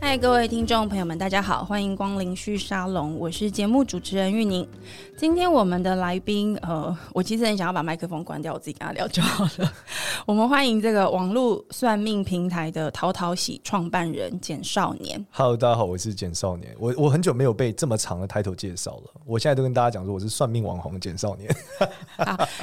嗨，各位听众朋友们，大家好，欢迎光临旭沙龙，我是节目主持人玉宁。今天我们的来宾，呃，我其实很想要把麦克风关掉，我自己跟他聊就好了。 我们欢迎这个网络算命平台的淘淘喜创办人简少年。 Hello，大家好，我是简少年。我我很久没有被这么长的 title 介绍了。我现在都跟大家讲说我是算命网红简少 年。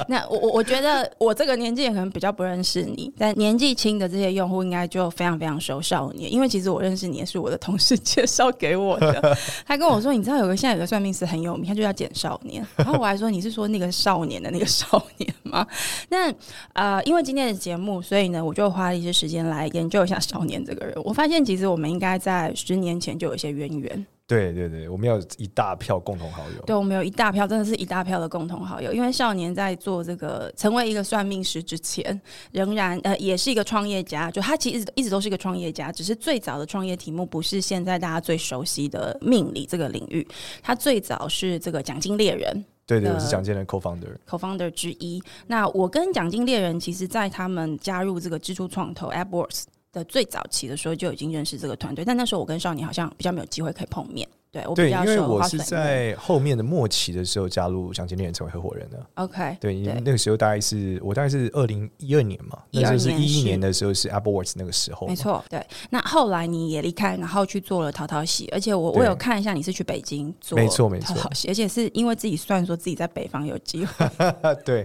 那我我我觉得我这个年纪也可能比较不认识你，但年纪轻的这些用户应该就非常非常熟少年，因为其实我认识你也是我的同事 介绍给我的。他跟我说，你知道有个现在有个算命师很有名，他就叫简少年。然后我还说你是说那个少年的那个少年吗？那呃，因为今天的节目，所以呢，我就花了一些时间来研究一下少年这个人。我发现其实我们应该在十年前就有一些渊源。对对对，我们要有一大票共同好友。对，我们有一大票，真的是一大票的共同好友。因为少年在做这个成为一个算命师之前，仍然呃也是一个创业家，就他其实一直都是一个创业家，只是最早的创业题目不是现在大家最熟悉的命理这个领域，他最早是这个奖金猎人。对对，呃我是蒋建人 co-founder。 co-founder 之一。那我跟奖金猎人，其实在他们加入这个支出创投 AppWorks 的最早期的时候，就已经认识这个团队，但那时候我跟少年好像比较没有机会可以碰面。对我对，比因较为熟我花是水木在后面的末期的时候加入蒋经理人成为合伙人的。 OK 对，因为对那个时候大概是我大概是二零一二年嘛，那就是12年一一是年的时候是 Apple Watch 那个时候嘛。没错，对。那后来你也离开，然后去做了淘淘喜，而且我我对有看一下，你是去北京做没错没错淘淘喜，而且是因为自己算说自己在北方有机 会，啊， 对。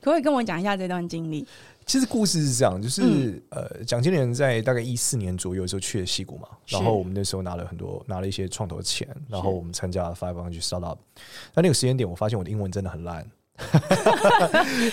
可不可以跟我讲一下这段经历？其实故事是这样，就是、嗯呃，蒋经理人在大概一四年左右的时候去了西谷嘛，是然后我们那时候拿了很多拿了一些创投的钱，然后我们参加了 Five Hundred Startup。那那个时间点，我发现我的英文真的 很烂，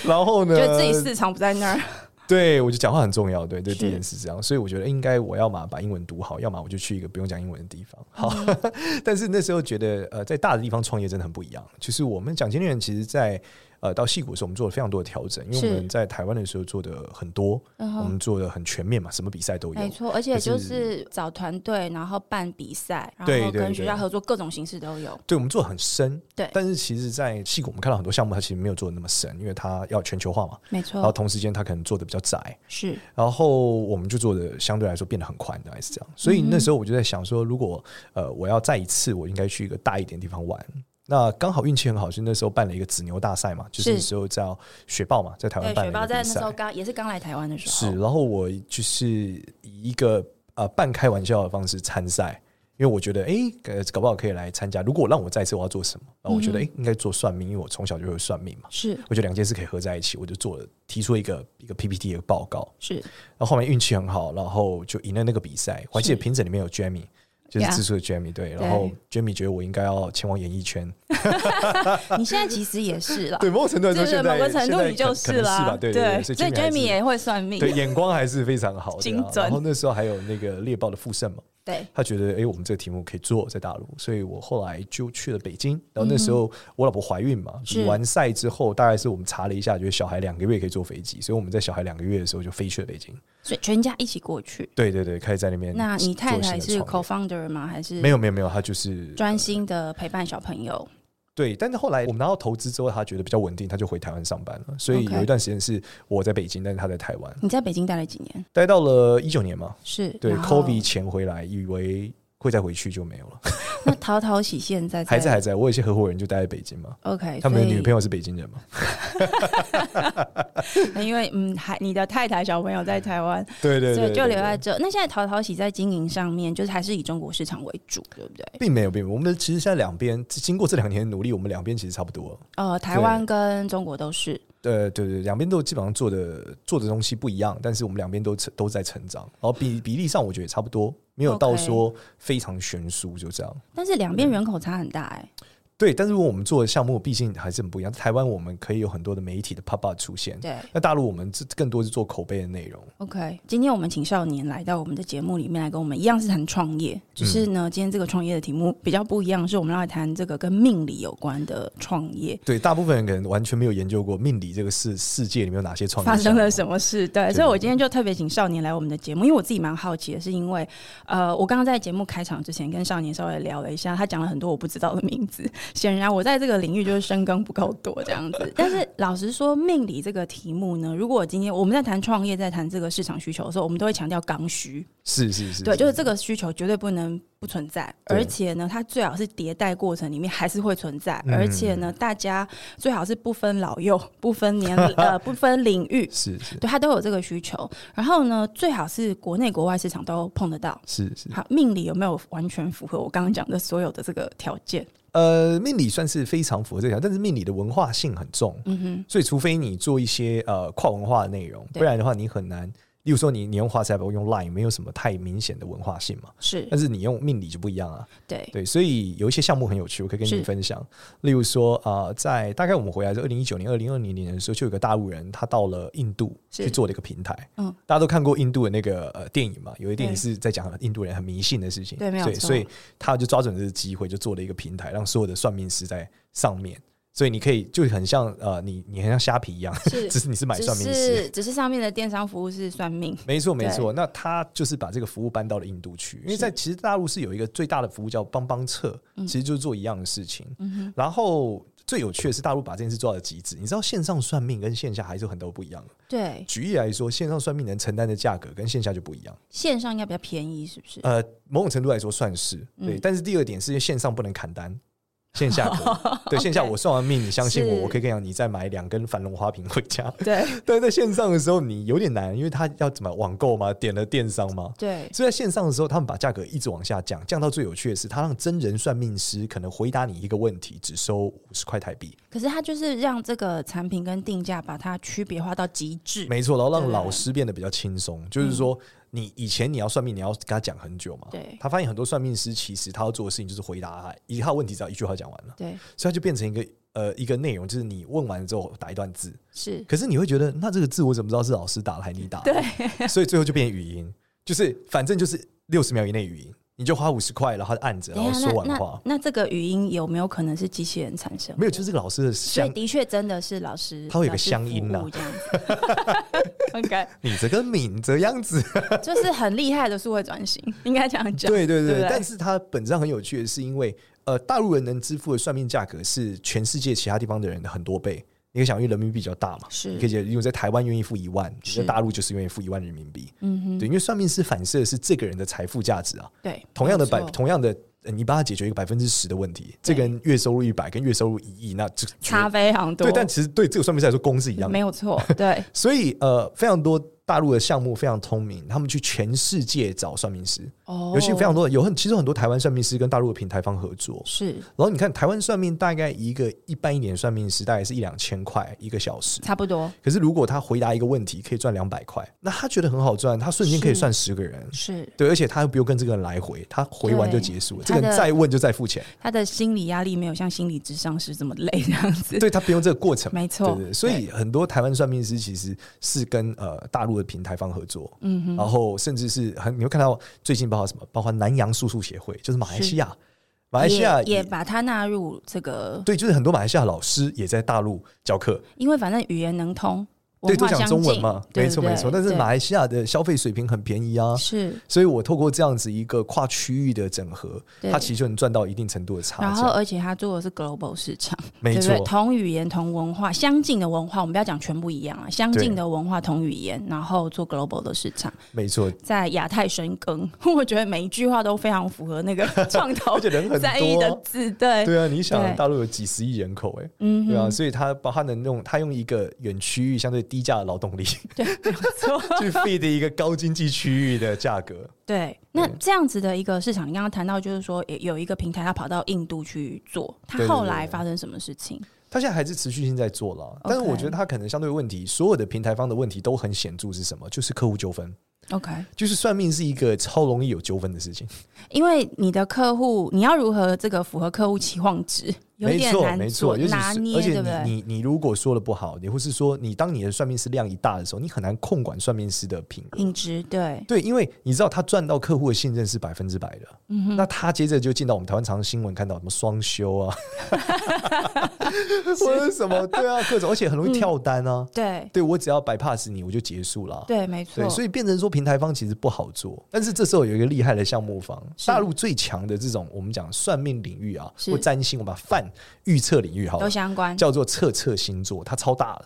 然后呢，觉得自己市场不在那儿，对我就讲话很重要，对，这是第一点是这样，所以我觉得应该我要么把英文读好，要么我就去一个不用讲英文的地方。好，嗯 但是那时候觉得呃，在大的地方创业真的很不一样，就是我们讲经理人其实在。呃，到戏谷的时候，我们做了非常多的调整，因为是我们在台湾的时候做的很多，嗯我哼，们做的很全面嘛，什么比赛都有没。错，而且可就是是找团队，然后办比赛，然对后对跟学对校合作，各种形式都有。对，我们做的很深，对但是其实，在戏谷我们看到很多项目，它其实没有做的那么深，因为它要全球化嘛，没然后错，同时间它可能做的比较窄，是然后我们就做的相对来说变得很宽，大概是这样。所嗯以那时候我就在想说，如果呃我要再一次，我应该去一个大一点的地方玩。那刚好运气很好，是那时候办了一个紫牛大赛嘛，就是是那时候叫雪豹嘛，在台湾对。雪办了一豹个在那比时候赛。刚也是刚来台湾的时是，候，然后我就是以一个呃半开玩笑的方式参赛，因为我觉得诶，呃搞不好可以来参加。如果让我再一次，我要做什么？然后我觉得嗯诶，应该做算命，因为我从小就会算命嘛。是我觉得两件事可以合在一起，我就做了提出一个一个 PPT 的一个报告。是然后后面运气很好，然后就赢了那个比赛。我还记得评审里面有 Jamie，就是 Yeah 自述的 Jamie 对，然后 Jamie 觉得我应该要前往演艺圈，你现在其实也是了，啊 对，某种程度来就说，是现在某个程现度在你就可可能是啦，吧，对对，所所以以 Jamie Jamie 还是也会算命，对眼光还是非常好的啊，哎 精准然后那时候还有那个猎豹的副胜嘛，对他觉得哎，诶我们这个题目可以做在大陆，所以我后来就去了北京。然后那时候我老婆怀孕嘛，嗯是比完赛之后，大概是我们查了一下，觉得小孩两个月可以坐飞机，所以我们在小孩两个月的时候就飞去了北京。所以全家一起过去。对对对，开始在那边那嗯做新的创业。你太太是 co-founder 吗？还是没有没有没有，他就是专心的陪伴小朋友？对。但是后来我们拿到投资之后，他觉得比较稳定，他就回台湾上班了。所以 OK 有一段时间是我在北京，但是他在台湾，你在北京待了几年？待到了一九年嘛。是对然后，COVID 前回来，以为会再回去就没有 了，那淘淘喜现在还在还在。我有一些合伙人就待在北京嘛， OK，他们的女朋友，友是北京人嘛，那 因为嗯，还你的太太小朋友在台湾，对对所对，以就对留在对这。那现在淘淘喜在经营上面，就是还是以中国市场为主，对不对？并没有，并没有。我们其实现在两边经过这两年的努力，我们两边其实差不多了。呃，台湾跟中国都是对对对，两边都基本上做的做的东西不一样，但是我们两边都成都在成长，然后比比例上我觉得也差不多，没有到 OK 说非常悬殊，就这样。但是两边人口差很大哎、对，但是如果我们做的项目毕竟还是很不一样。台湾我们可以有很多的媒体的 pop up 出现，对那大陆我们这更多是做口碑的内容。 OK，今天我们请少年来到我们的节目里面来跟我们一样是谈创业，只是呢，今天这个创业的题目比较不一样，是我们要来谈这个跟命理有关的创业。对，大部分人可能完全没有研究过命理这个世世界里面有哪些创业发生了么。什么事？对，对所以我今天就特别请少年来我们的节目，因为我自己蛮好奇的，是因为呃，我刚刚在节目开场之前跟少年稍微聊了一下，他讲了很多我不知道的名字，显然我在这个领域就是深耕不够多这样 子。但是老实说，命理这个题目呢，如果我今天我们在谈创业，在谈这个市场需求的时候，我们都会强调刚需，是是是，对，就是这个需求绝对不能不存在，对而且呢，它最好是迭代过程里面还是会存在，嗯而且呢，大家最好是不分老幼、不分年呃、不分领域，是是对，它都有这个需求。然后呢，最好是国内国外市场都碰得到。是是，好，命理有没有完全符合我刚刚讲的所有的这个条件？呃，命理算是非常符合这条，但是命理的文化性很重，嗯哼，所以除非你做一些呃跨文化的内容，对不然的话你很难。例如说你，你用 WhatsApp 或用 Line 没有什么太明显的文化性嘛，是但是你用命理就不一样啊。对，对，所以有一些项目很有趣，我可以跟你是分享。例如说，啊，在大概我们回来是二零一九年、二零二零年的时候，就有个大陆人他到了印度是去做了一个平台。嗯，大家都看过印度的那个呃电影嘛，有一电影对是在讲印度人很迷信的事情。对没有错所以他就抓准这个机会，就做了一个平台，让所有的算命师在上面。所以你可以就很像呃，你你很像虾皮一样， 是只是你是买只算命师。啊 是只是上面的电商服务是算命，没错，对没错。那他就是把这个服务搬到了印度去，因为在其实大陆是有一个最大的服务叫帮帮测，嗯其实就是做一样的事情。然后最有趣的是，大陆把这件事做到了极致。你知道线上算命跟线下还是有很多不一样的。对，举例来说，线上算命能承担的价格跟线下就不一样。线上应该比较便宜，是不是？呃，某种程度来说算是对，嗯但是第二点是因为线上不能 砍单。线下可以，对线下 OK 我算完命，你相信我，是我可以跟你讲，你再买两根繁荣花瓶回家。对但是在线上的时候，你有点难，因为他要怎么网购嘛，点了电商嘛，对，所以在线上的时候，他们把价格一直往下降，降到最有趣的是，他让真人算命师可能回答你一个问题，只收五十块台币。可是它就是让这个产品跟定价把它区别化到极致，没错，然后让对老师变得比较轻松，就是说，你以前你要算命，你要跟他讲很久嘛。对他发现很多算命师其实他要做的事情就是回答他一号问题，只要一句话讲完了，对，所以他就变成一个呃一个内容，就是你问完之后打一段字，是可是你会觉得那这个字我怎么知道是老师打的还是你打的？对，所以最后就变语音，就是反正就是六十秒以内语音，你就花五十块，然后按着，然等后一说下，完那话那。那这个语音有没有可能是机器人产生？没有，就是这个老师的所以香，的确真的是老师，它会有个老师乡音啊服务这样子。OK， 你这个敏这样子，就是很厉害的数位转型，应 该这样讲。对对对不对。对但是它本质上很有趣的是，因为呃，大陆人能支付的算命价格是全世界其他地方的人的很多倍。你可以想，因为人民币比较大嘛，是你可以解，因为在台湾愿意付一万，你在是大陆就是愿意付一万人民币。嗯哼，对，因为算命师反射的是这个人的财富价值啊。对，同样的百没，错同样的，呃你帮他解决一个百分之十的问题，这个人月收入一百，跟月收入一亿，那这差非常多，对，但其实对这个算命师来说，功是一样的没。有错， 对，所以呃，非常多大陆的项目非常聪明，他们去全世界找算命师，哦尤其非常多有很其实很多台湾算命师跟大陆的平台方合作。是然后你看，台湾算命大概一个一般一点的算命师大概是一两千块一个小时，差不多可是如果他回答一个问题可以赚两百块，那他觉得很好赚，他瞬间可以算十个人。是。对，而且他又不用跟这个人来回，他回完就对结束了。这他个人的再问就再付钱，他的心理压力没有像心理智商师这么累这样子，对他不用这个过程嘛。没错，对对，所以很多台湾算命师其实是跟呃大陆的平台方合作，嗯哼，然后甚至是很你会看到最近包括什么，包括南洋素素协会，就是马来西亚，马来西亚也也把它纳入这个，对，就是很多马来西亚老师也在大陆教课，因为反正语言能通，对，文都化讲相中文近嘛，对没不错对没错。但是对马来西亚的消费水平很便宜啊，是，所以我透过这样子一个跨区域的整合，对它其实就能赚到一定程度的差然后价，而且他做的是 global 市场，没对不对？错。同语言、同文化，相近的文化，我们不要讲全部一样啊，相近的文化、同语言，然后做 global 的市场，没错，在亚太深耕， 我觉得每一句话都非常符合那个创投 而且人很多啊在意的字，对，对啊，你想对大陆有几十亿人口、欸，嗯对啊，哼，所以他把他能用他用一个远区域相对低价的劳 动力对，没有错。去 feed 一个高经济区域的价格，对，那对这样子的一个市场，你刚刚谈到就是说，有有一个平台，它跑到印度去做，它对对后对来对发生什么事情？他现在还是持续性在做了，但是我觉得他可能相对问题，所有的平台方的问题都很显著是什么？就是客户纠纷， OK，就是算命是一个超容易有纠纷的事情，因为你的客户，你要如何这个符合客户期望值，有没点错难没做错，尤其拿是捏，而且对不对？你你你如果说的不好，你或是说你当你的算命师量一大的时候，你很难控管算命师的品格。品质对，对，因为你知道他赚到客户的信任是百分之百的，嗯那他接着就进到我们台湾常常新闻看到什么双休 啊，或者什么对啊，各种，而且很嗯容易跳单啊。对对我只要 bypass 你，我就结束了啊。对，没错对，，所以变成说平台方其实不好做，但是这时候有一个厉害的项目方，是大陆最强的这种我们讲算命领域啊，是或占星，我们把泛看预测领域好了，都相关。叫做测测星座，它超大的。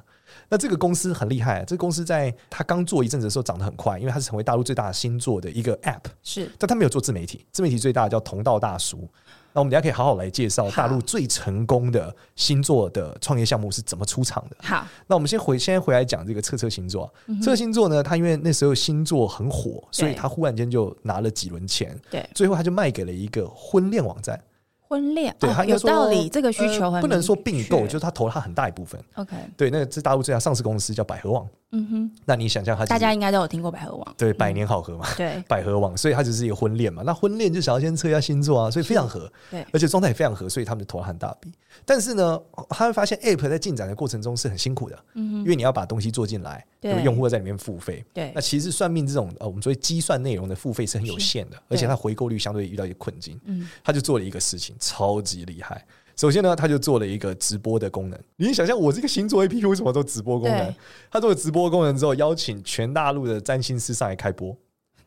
那这个公司很厉害，啊这个公司在它刚做一阵子的时候涨得很快，因为它是成为大陆最大的星座的一个 App，是但它没有做自媒体，自媒体最大的叫同道大叔。那我们等一下可以好好来介绍好大陆最成功的星座的创业项目是怎么出场的。好，那我们先回先回来讲这个测测星座，啊测测星座呢，它因为那时候星座很火，所以嗯对它忽然间就拿了几轮钱，对最后它就卖给了一个婚恋网站。婚恋对，哦它应该有说道理，这个需求呃很不能说并购，明确就是它投了它很大一部分。 OK，对，那这大陆最大上市公司叫百合网，嗯哼，那你想象它其实大家应该都有听过百合网，对百年好合嘛， 对百合网，所以它只是一个婚恋嘛。那婚恋就想要先测一下星座啊，所以非常合，对而且状态也非常合，所以他们就投了很大笔。但是呢，他会发现 App 在进展的过程中是很辛苦的，因为你要把东西做进来，嗯对有用户要在里面付费。对那其实算命这种呃，我们所谓计算内容的付费是很有限的，而且它回购率相对遇到一个困境。嗯他就做了一个事情，超级厉害。首先呢，他就做了一个直播的功能。你想象我这个星座 A P P 为什么要做直播功能对？他做了直播功能之后，邀请全大陆的占星师上来开播，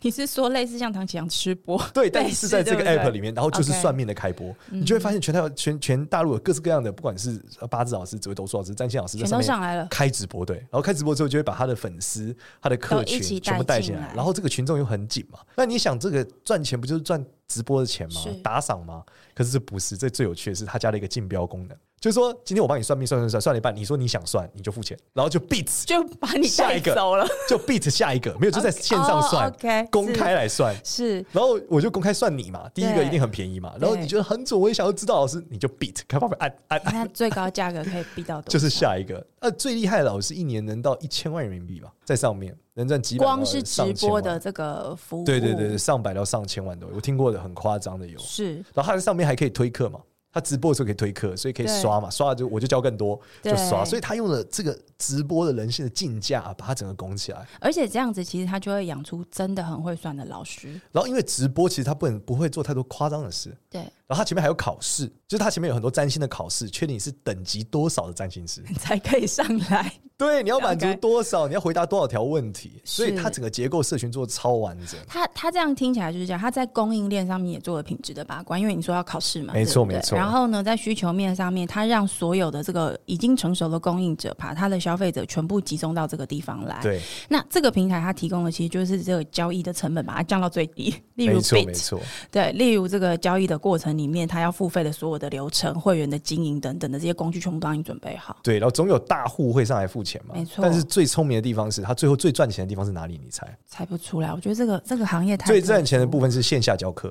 你是说类似像唐启阳吃 播？对，嗯但是在这个 app 里面，面，然后就是 OK 算命的开播，你就会发现全台全全大陆有各式各样的，不管是呃八字老师、紫微斗数老师、占星老师，在全上都面上来 了，开直播，对，然后开直播之后就会把他的粉丝、他的客都一群起全部带带进进来，来然后这个群众又很紧嘛。那你想，这个赚钱不就是赚直播的钱吗是？打赏吗？可是这不是，这最有趣的是他加了一个竞标功能，就是说今天我帮你算命，算算算算了一半，你说你想算，你就付钱，然后就 beat 就把你下带一个走了，就 beat 下一个，没有 哦就在线上算， ，OK，公开来算。是然后我就公开算你嘛，第一个对一定很便宜嘛，然后你觉得很准，我也想要知道老师，你就 beat，开放按按你看最高价格可以逼到多少？就是下一个，呃，最厉害的老师一年能到一千万人民币吧，在上面能赚几百万光是直上千播万的，这哦个服务，对对对对，，上百到上千万都有，我听过的很夸张的有。是然后他在上面还可以推课嘛，他直播的时候可以推课，所以可以对刷嘛，刷了就我就教更多，就刷，对所以他用了这个直播的人性的竞价，把它整个拱起来。而且这样子其实他就会养出真的很会算的老师，然后因为直播其实他不能不会做太多夸张的事，对，然后他前面还有考试，就是他前面有很多占星的考试，确定你是等级多少的占星师。 才可以上来。对，你要满足 OK 多少？你要回答多少条问题？所以是它整个结构社群做得超完整。 他他这样听起来就是这样，他在供应链上面也做了品质的把关，因为你说要考试嘛，没错对不对没错然后呢，在需求面上面，他让所有的这个已经成熟的供应者，把他的消费者全部集中到这个地方来。对，那这个平台它提供的其实就是这个交易的成本，把它降到最低。例没如错没 Bit，错，对，例如这个交易的过程里面，它要付费的所有的流程、会员的经营等等的这些工具，全部都让你准备好。对。然后总有大户会上来付钱嘛，没错但是最聪明的地方是，它最后最赚钱的地方是哪里？你猜？猜不出来，我觉得这个这个行业太最赚钱的不部分是线下 教课，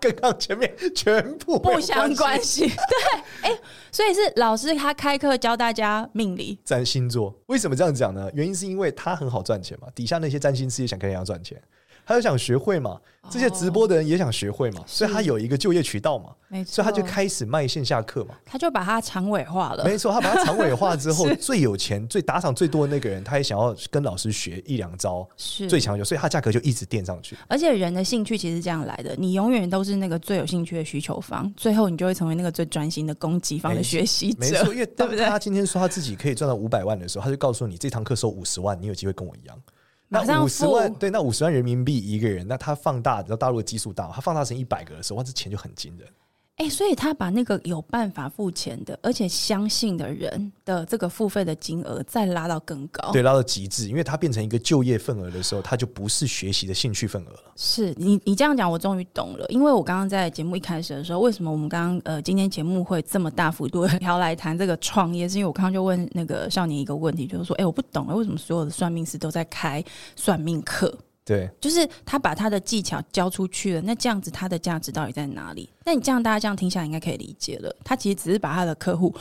跟刚前面全部没有不相关系。系。对，哎、所以是老师他开课教大家命理，占星座为什么这样讲呢？原因是因为它很好赚钱嘛，底下那些占星师也想跟人家赚钱，他就想学会嘛，哦这些直播的人也想学会嘛，所以他有一个就业渠道嘛，没错，所以他就开始卖线下课嘛。他就把它长尾化了。没错，他把它长尾化 之后，最有钱、最打赏最多的那个人，他也想要跟老师学一两招，是最强有，所以他价格就一直垫上去。而且人的兴趣其实是这样来的，你永远都是那个最有兴趣的需求方，最后你就会成为那个最专心的攻击方没的学习没者错，。因为啊对当不对他今天说他自己可以赚到五百万的时候，他就告诉你这堂课收五十万，你有机会跟我一样。马上那五十万付对，那五十万人民币一个人，那他放大，然后大陆的基数大，他放大成一百个的时候，哇，这钱就很惊人。哎、所以他把那个有办法付钱的，而且相信的人的这个付费的金额再拉到更高。对，拉到极致，因为它变成一个就业份额的时候，它就不是学习的兴趣份额了。是你，你这样讲，我终于懂了。因为我刚刚在节目一开始的时候，为什么我们刚刚呃今天节目会这么大幅 度的聊来谈这个创业，是因为我刚刚就问那个少年一个问题，就是说，哎、我不懂为什么所有的算命师都在开算命课，对，就是他把他的技巧教出去了，那这样子他的价值到底在哪里？那你这样大家这样听下来应该可以理解了，他其实只是把他的客户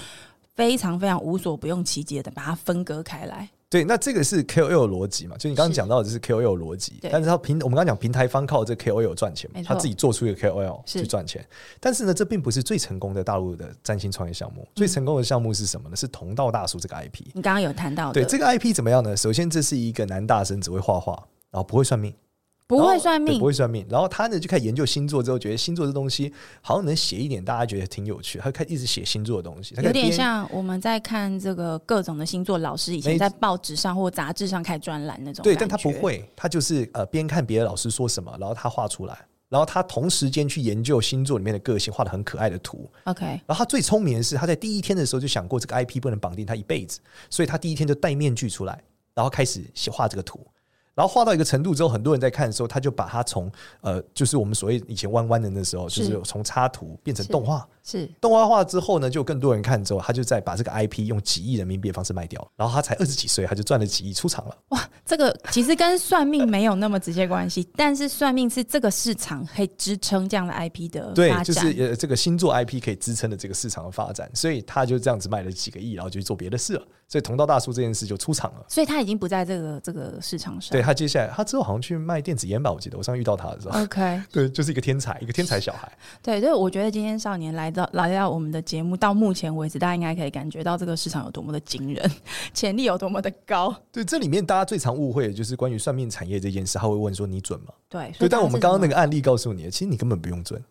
非常非常无所不用其极的把它分割开来，对，那这个是 KOL 逻辑嘛？就你刚刚是讲到的是 KOL 逻辑，对但是他平我们刚刚讲平台方靠这 KOL 赚钱嘛没，错他自己做出一个 KOL 是去赚钱。但是呢，这并不是最成功的大陆的占星创业项目。嗯最成功的项目是什么呢？是同道大叔这个 IP。你刚刚有谈到的，对，这个 IP 怎么样呢？首先，这是一个男大生，只会画画，然后不会算命，不然后会算对命不，会算命。然后他呢就开始研究星座，之后觉得星座这东西好像能写一点，大家觉得挺有趣，他就开始一直写星座的东西，他开有始点编像我们在看这个各种的星座老师以没前在报纸上或杂志上开专栏那种。对，但他不。会，他就是呃边看别的老师说什么，然后他画出来，然后他同时间去研究星座里面的个性，画的很可爱的图。 OK，然后他最聪明的是，他在第一天的时候就想过这个 IP 不能绑定他一辈子，所以他第一天就戴面具出来，然后开始写画这个图。然后画到一个程度之后，很多人在看的时候，他就把它从呃，就是我们所谓以前弯弯的那时候，是就是从插图变成是动画。是动画化之后呢，就有更多人看之后，他就再把这个 IP 用几亿人民币的方式卖掉了。然后他才二十几岁，他就赚了几亿出场了。这个其实跟算命没有那么直接关系，但是算命是这个市场可以支撑这样的 IP 的对发，就展。是呃这个星座 IP 可以支撑的这个市场的发展，所以他就这样子卖了几个亿，然后就去做别的事了。所以同道大叔这件事就出场了。所以他已经不在这个这个市场上。对他接下来，他之后好像去卖电子烟吧，我记得我上次遇到他的时候， OK， 对，就是一个天才，一个天才小孩。对，所以我觉得今天少年来到来到我们的节目，到目前为止，大家应该可以感觉到这个市场有多么的惊人，潜力有多么的高。对，这里面大家最常误会的就是关于算命产业这件事，他会问说你准吗？对，所对，以但我们刚刚那个个案例告诉你，其实你根本不用准。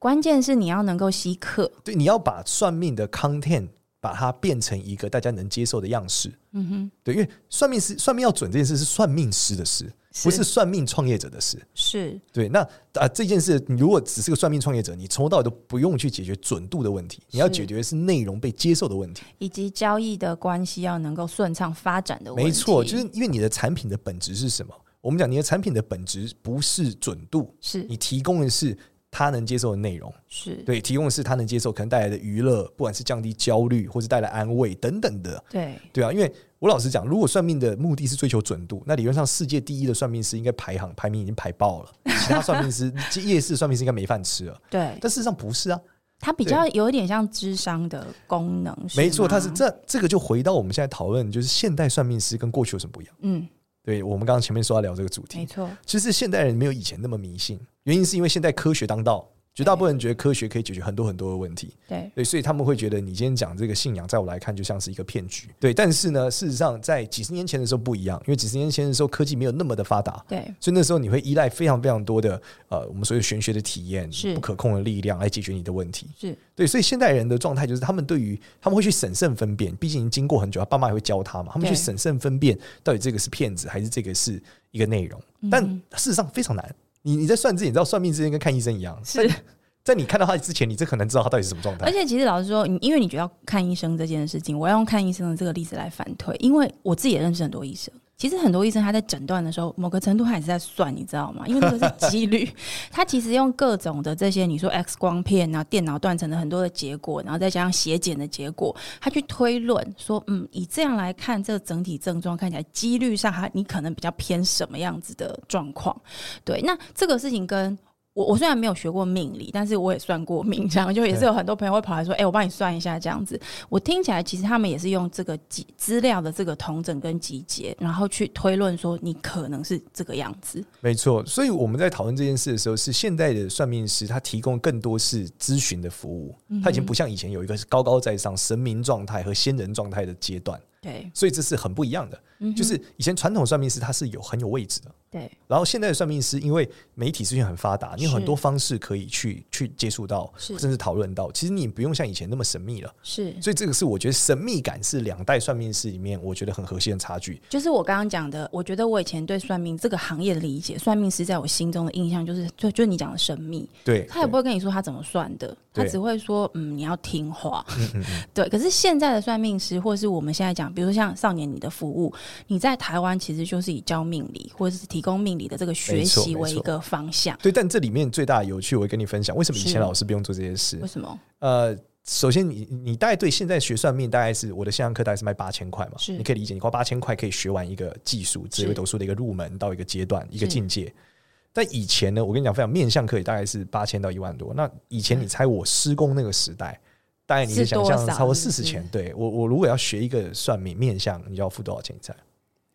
关键是你要能够吸客，对，你要把算命的 content 把它变成一个大家能接受的样式。嗯哼，对，因为算命师算命要准这件事是算命师的事，不是算命创业者的事。是对，那啊、这件事，你如果只是个算命创业者，你从头到尾都不用去解决准度的问题，你要是解决的是内容被接受的问题。以及交易的关系要能够顺畅发展的问题。没错，就是因为你的产品的本质是什么？我们讲你的产品的本质不是准度，是你提供的是他能接受的内容。是，对，提供的是他能接受，可能带来的娱乐，不管是降低焦虑，或是带来安慰等等的，对对啊。因为我老实讲，如果算命的目的是追求准度，那理论上世界第一的算命师应该排行排名已经排爆了，其他算命师 夜市算命师应该没饭吃了。对，但事实上不是啊，它比较有一点像智商的功能。没错，它他是这这个就回到我们现在讨论，就是现代算命师跟过去有什么不一样？嗯，对我们刚刚前面说要聊这个主没题，错，其实现代人没有以前那么迷信，原因是因为现代科学当道，绝大部分人觉得科学可以解决很多很多的问题，对对，所以他们会觉得你今天讲这个信仰，在我来看就像是一个骗局。对，但是呢，事实上在几十年前的时候不一样，因为几十年前的时候科技没有那么的发达，对所以那时候你会依赖非常非常多的呃我们所谓玄学的体验是、不可控的力量来解决你的问题。是对，所以现代人的状态就是他们对于他们会去审慎分辨，毕竟经过很久，他爸妈也会教他嘛，他们去对审慎分辨到底这个是骗子还是这个是一个内容。嗯但事实上非常难，你你在算自己，你知道算命之前跟看医生一样，是。在你看到他之前，你这很难知道他到底是什么状态而。且其实老实说，你因为你觉得要看医生这件事情，我要用看医生的这个例子来反推，因为我自己也认识很多医生。其实很多医生他在诊断的时候，某个程度他也是在算，你知道吗？因为这个是几率，他其实用各种的这些你说 X 光片啊、电脑断层的很多的结果，然后再加上血检的结果，他去推论说，嗯，以这样来看，这个整体症状看起来几率上，他你可能比较偏什么样子的状况？对，那这个事情跟我我虽然没有学过命理，但是我也算过命，这样就也是有很多朋友会跑来说，哎、我帮你算一下这样子。我听起来其实他们也是用这个集资料的这个同整跟集结，然后去推论说你可能是这个样子。没错，所以我们在讨论这件事的时候，是现代的算命师他提供更多是咨询的服务，嗯他已经不像以前有一个是高高在上神明状态和仙人状态的阶段，对所以这是很不一样的。嗯就是以前传统算命师他是有很有位置的，对然后现在的算命师因为媒体资讯很发达，你有是很多方式可以去去接触到，是甚至讨论到，其实你不用像以前那么神秘了。是。所以这个是我觉得神秘感是两代算命师里面我觉得很核心的差距。就是我刚刚讲的，我觉得我以前对算命这个行业的理解，算命师在我心中的印象就是，就就是你讲的神秘，对，他也不会跟你说他怎么算的，他对嗯只会说嗯，你要听话。 对，可是现在的算命师，或是我们现在讲，比如说像少年你的服务，你在台湾其实就是以教命理或者是提供命理的这个学习没错为没一错个方向。对，但这里面最大的有趣，我会跟你分享为什么以是前老师不用做这些事为。什么？呃，首先你你你大概对现在学算命，大概是我的线上课大概是卖八千块嘛，是你可以理解，你花八千块可以学完一个技术，紫微斗数的一个入门到一个阶段一个境界。但以前呢，我跟你讲，非常面向课也大概是八千到一万多。那以前你猜我施工那个时代，大概你可以是想多象少嗯差不多是四不十是千。对我，我如果要学一个算命面向，你要付多少钱？你猜？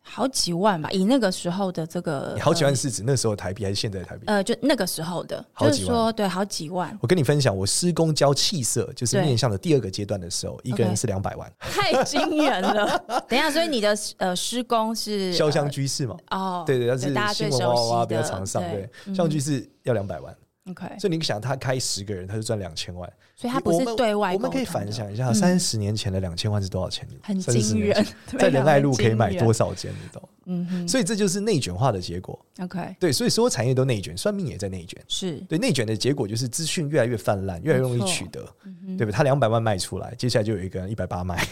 好几万吧，以那个时候的这个你好几万是指那时候的台币还是现在的台币？呃，呃就那个时候的，好就几是万，说对，好几万 我跟你分享，我施工教气色，就是对面向的第二个阶段的时候，一个 OK 人是两百万。太惊人了。等一下，所以你的呃施工是潇湘居士嘛，呃哦，对对，他大家是最新熟闻悉哇哇哇比较的常上，对对，嗯相聚是要两百万， OK，所以你想他开十个人，他就赚两千万，所以它不我是们对外我们可以沟通反的嗯想一下，三十年前的两千万是多少钱？很30惊年人啊前，，对 在仁爱路很可以惊买人多少间？你懂？嗯哼所以这就是内卷化的结果。 ，OK，对，所以所有产业都内卷，算命也在内卷。是，对，内卷的结果就是资讯越来越泛滥，越来越容易没错取得，嗯对吧？他两百万卖出来，接下来就有一个人一百八卖，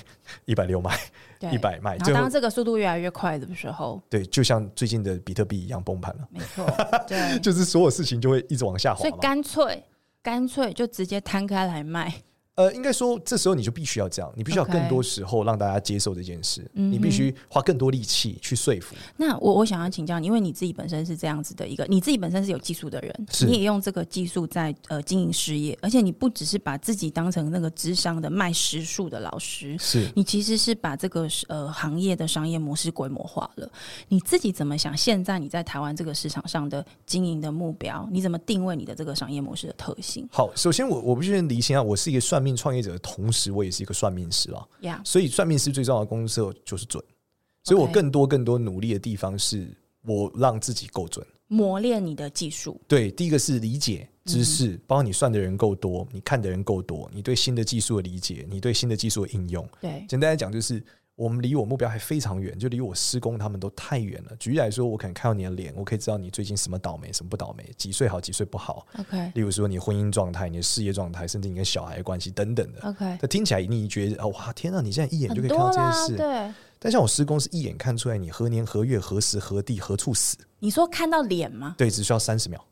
一百六卖，哼，一。百卖，然最后后当这个速度越来越快的时候，对，就像最近的比特币一样崩盘了，没 错，对，就是所有事情就会一直往下所滑以嘛。干脆干脆就直接摊开来卖。呃，应该说这时候你就必须要这样，你必须要 OK 更多时候让大家接受这件事，嗯哼你必须花更多力气去说服。那我我想要请教你，因为你自己本身是这样子的一个，你自己本身是有技术的人，是你也用这个技术在呃经营事业，而且你不只是把自己当成那个智商的卖时数的老师。是你其实是把这个呃行业的商业模式规模化了。你自己怎么想？现在你在台湾这个市场上的经营的目标，你怎么定位你的这个商业模式的特性好，首先我我必须先厘清啊，我是一个算命创业者，同时我也是一个算命师啦。呀所以算命师最重要的功课就是准，所以我 OK 更多更多努力的地方是我让自己够准。磨练你的技术，对，第一个是理解嗯知识，包括你算的人够多，你看的人够多，你对新的技术的理解，你对新的技术的应用。对，简单来讲，就是我们离我目标还非常远，就离我施工他们都太远了。举例来说，我可能看到你的脸，我可以知道你最近什么倒霉，什么不倒霉，几岁好，几岁不好。 OK 例如说，你婚姻状态、你的事业状态，甚至你跟小孩的关系等等的。 OK，那听起来你觉得哦哇天啊，你现在一眼就很可以看到多这件啦，事，对。但像我施工是一眼看出来你何年何月何时何地何处死，你说看到脸吗？对，只需要三十秒，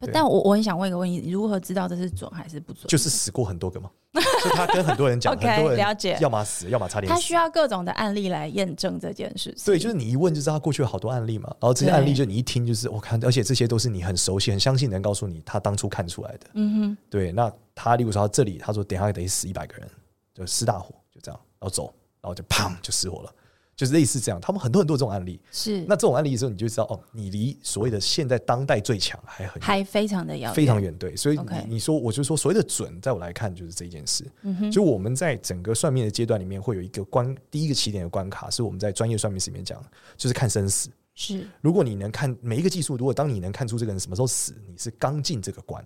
对但我我很想问一个问题：如何知道这是准还是不准？就是死过很多个嘛。所以他跟很多人讲， OK，很多人了解要么死，要么差点他死。需要各种的案例来验证这件事情。对，就是你一问就知道他过去有好多案例嘛，然后这些对案例就你一听就是我看，而且这些都是你很熟悉、很相信能告诉你他当初看出来的。嗯对，那他例如说他这里，他说等一下得死一百个人，就失大火，就这样，然后走，然后就砰就失火了，就是类似这样。他们很多很多这种案例哼，，是，那这种案例的时候，你就知道哦，你离所谓的现在当代最强还很远还非常的遥非远。常远，对，所以你 OK 你说，我就说所谓的准，在我来看就是这件事。嗯哼，就我们在整个算命的阶段里面，会有一个关第一个起点的关卡，是我们在专业算命师里面讲，就是看生死。是，如果你能看每一个技术，如果当你能看出这个人什么时候死，你是刚进这个关。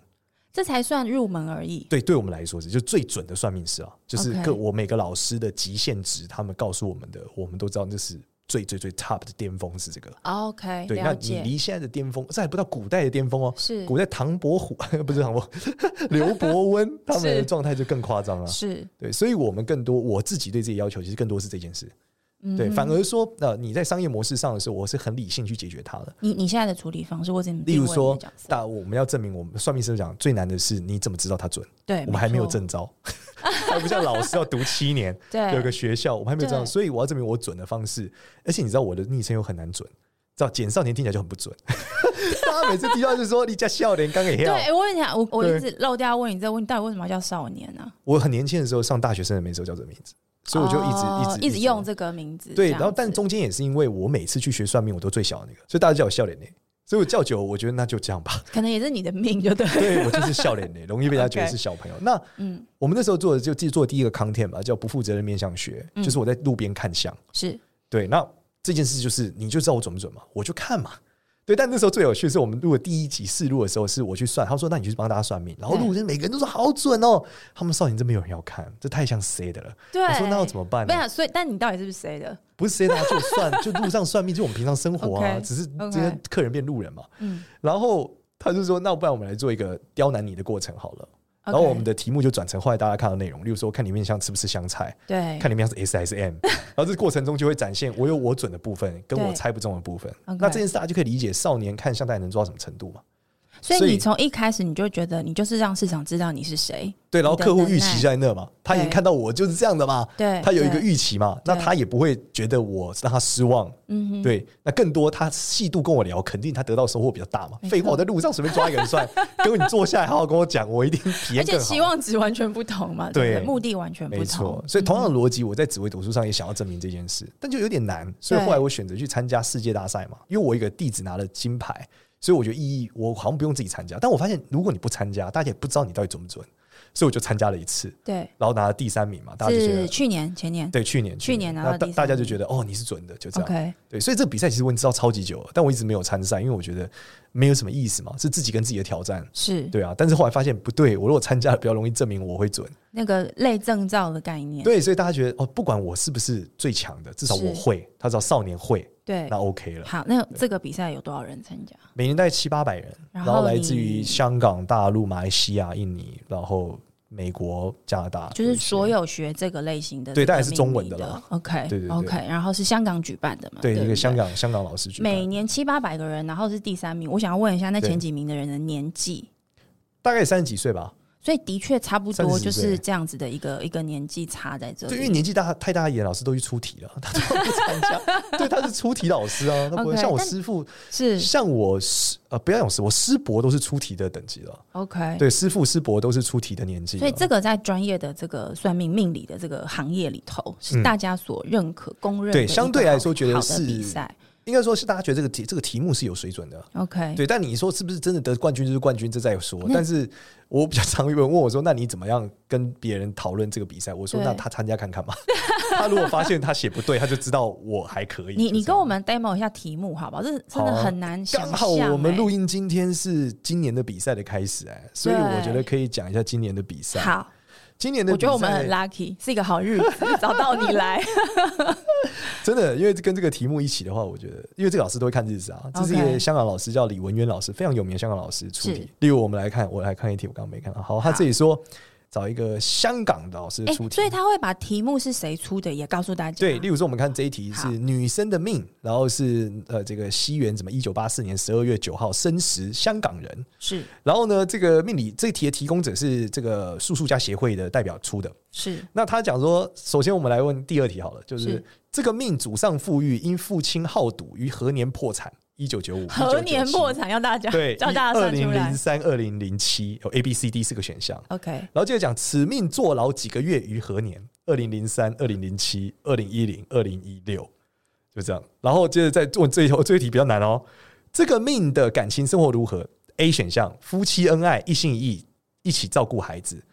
这才算入门而已。对，对我们来说是就最准的算命师啊，就是 OK 各我每个老师的极限值，他们告诉我们的，我们都知道这是最最最 top 的巅峰是这个。 OK，对，那了你解。离现在的巅峰，这还不到古代的巅峰哦，是古代唐伯虎 不是唐伯虎，刘伯 温他们的是状态就更夸张了。是，对，所以我们更多我自己对自己要求，其实更多是这件事。嗯对，哼反而说呃，你在商业模式上的时候，我是很理性去解决它的。你你现在的处理方式，我怎么例定如位你的说角，色大我们要证明我们算命师讲最难的是你怎么知道它准？对，我们还没有错，证照，还不像老师要读七年，对，有个学校，我们还没有证照，对所以我要证明我准的方式。而且你知道我的昵称又很难准，知道简少年听起来就很不准， 大家每次提到就说你家笑脸刚啊给对，要。哎我问一下，我我对一直漏掉问你这个问题，到底为什么要叫少年啊呢？我很年轻的时候上大学生的没时候叫这个名字，所以我就一直、哦一直一直用这个名字。对，这然样后但子中间也是因为我每次去学算命，我都最小的那个，所以大家叫我笑脸脸。所以我叫久了，我觉得那就这 样吧。可能也是你的命，就对。对我就是笑脸脸，容易被人家觉得 OK 是小朋友。那嗯，我们那时候做的就自己做第一个 content 吧，叫不负责任面相学，嗯就是我在路边看相。是对，那这件事就是你就知道我准不准嘛，我就看嘛。对，但那时候最有趣的是我们录的第一集试录的时候，是我去算，他说那你去帮大家算命，然后对路人每个人都说好准哦，他们少年真没有人要看，这太像 C 的了。对。我说那要怎么办没呢？有，所以但你到底是不是谁的？不是 C 的啊就 算就路上算命，就我们平常生活啊， OK，只是 OK 这些客人变路人嘛。嗯然后他就说，那不然我们来做一个刁难你的过程好了。然后我们的题目就转成后来大家看到的内容，例如说看里面像吃不吃香菜，对看里面像是 S 还是 M，然后这过程中就会展现我有我准的部分，跟我对猜不中的部分。 OK 那这件事大家就可以理解少年看像大人能做到什么程度嘛？所以所以你从一开始你就觉得你就是让市场知道你是谁，对，然后你的客户能预期耐在那嘛，他已经对看到我就是这样的嘛，对，他有一个对，预期嘛，那对他也不会觉得我让他失望，嗯哼，对，那更多他细度跟我聊，肯定他得到收获比较大嘛。没错废话，我在路上随便抓一个 人算，跟你坐下来好好跟我讲，我一定体而验且更好期。望值完全不同嘛，对不对，对目的完全不没同嗯错，，所以同样的逻辑，我在紫微斗数上也想要证明这件事，但就有点难，所以后来我选择去参加世界大赛嘛，因为我一个弟子拿了金牌，所以我觉得意义我好像不用自己参加，但我发现如果你不参加，大家也不知道你到底准不准，所以我就参加了一次，对，然后拿了第三名嘛，大家就觉是得去年前年对，去年去年拿到那大第三大家就名觉得哦你是准的，就这样。 ，OK，对，所以这个比赛其实我已经知道超级久了，但我一直没有参赛，因为我觉得没有什么意思嘛，是自己跟自己的挑战。是对啊，但是后来发现不对，我如果参加了，比较容易证明我会准。那个类证照的概念，对，所以大家觉得哦，不管我是不是最强的，至少是我会。他知道少年会，对那 OK 了。好，那这个比赛有多少人参加？每年大概七八百人，然然后后来自于你香港、大陆、马来西亚、印尼，然后美国、加拿大，就是所有有学这个类型的对这个当然是中文命的理的啦 OK，对对对 OK，然后是香港举办的嘛？一些对不一个香港香港老师举办每年七八百个人，然后是第三名。我想要问一下，那对前几名的人的年纪？大概三十几岁吧，所以的确差不多30就几岁是这样子的一个一个年纪差在这对，因为里。年纪大太大一点，老师都去出题了， 他都不参 加。对，他是出题老师啊，他不 OK，会像我但师傅，是像我师呃，不要讲师，我师伯都是出题的等级了。 OK，对，师傅师伯都是出题的年纪了。所以这个在专业的这个算命命理的这个行业里头，是嗯大家所认可、公认的对一个相对来说好觉得好的是比赛。应该说是大家觉得这个题这个题目是有水准的。 OK，对，但你说是不是真的得冠军就是冠军，这再说那。但是我比较常有人问我说，那你怎么样跟别人讨论这个比赛？我说，对那他参加看看嘛。他如果发现他写不对，他就知道我还可以。你你跟就这样我们 demo 一下题目好不好？这真好的啊很难想刚好象我们欸录音今天是今年的比赛的开始哎、所以我觉对得可以讲一下今年的比赛。好，今年的我啊比赛觉得我们很 lucky，是一个好日子， 找到你 来。真的，因为跟这个题目一起的话，我觉得因为这个老师都会看日子啊，这是一 OK 个香港老师叫李文渊老师，非常有名的香港老师出是题。例如我们来看，我来看一题，我刚刚没看到，好，他好自己说找一个香港的老师哎、出题所。以他会把题目是谁出的也告诉大家。对，例如说我们看这一题是好女生的命，然后是呃这个西元怎么一九八四年十二月九号生时香港人，是然后呢，这个命理这题的提供者是这个术数家协会的代表出的。是那他讲说，首先我们来问第二题好了，就是是这个命祖上富裕，因父亲好赌，于何年破产？一九九五，何年破产？产？要大家 对，叫大家二算出零来零。三、二零零七有 A、B、C、D 四个选项， OK，然后接着讲此命坐牢几个月于何年？二零零三、二零零七、二零一零、二零一六，就这样。然后接着再问最后最后一题比较难哦，这个命的感情生活如何？A 选项夫妻恩爱，一心一意，一起照顾孩子。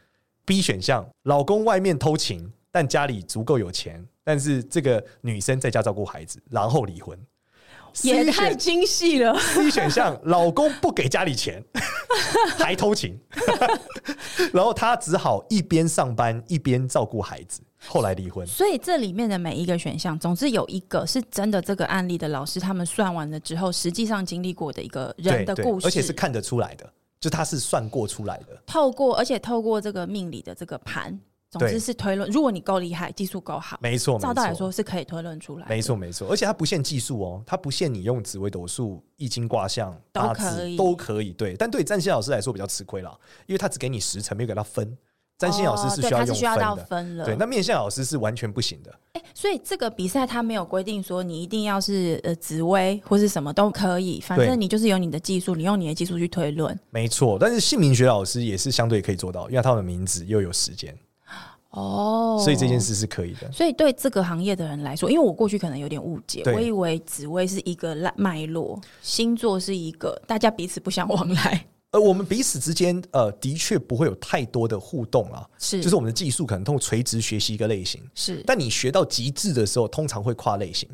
B 选项老公外面偷情，但家里足够有钱，但是这个女生在家照顾孩子，然后离婚。也 C 太选精细了。 C 选项，老公不给家里钱， 还偷情， 然后她只好一边上班一边照顾孩子，后来离婚。所以这里面的每一个选项，总之有一个是真的，这个案例的老师他们算完了之后，实际上经历过的一个人对的对故，事，而且是看得出来的，就她是算过出来的。透过而且透过这个命理的这个盘，总之对是推论。如果你够厉害，技术够好，没错，照没道理错，说是可以推论出来的。没错，没错。而且它不限技术哦，它不限你用紫微斗数、易经卦象、都八可以字都可以。对，但对占星老师来说比较吃亏啦，因为他只给你时辰，没有给他分。占星老师哦是对需要他用是需要到分的，分了。对。那面相老师是完全不行的。所以这个比赛它没有规定说你一定要是呃紫薇或是什么都可以，反对正你就是有你的技术，你用你的技术去推论。没错，但是姓名学老师也是相对可以做到，因为他们的名字又有时间，哦，所以这件。事是可以的。所以对这个行业的人来说，因为我过去可能有点误解，对我以为紫薇是一个脉脉络，星座是一个大家彼此不相往来，而我们彼此之间，呃，的确不会有太多的互动啦，是就是我们的技术可能通过垂直学习一个类型，是，但你学到极致的时候，通常会跨类型。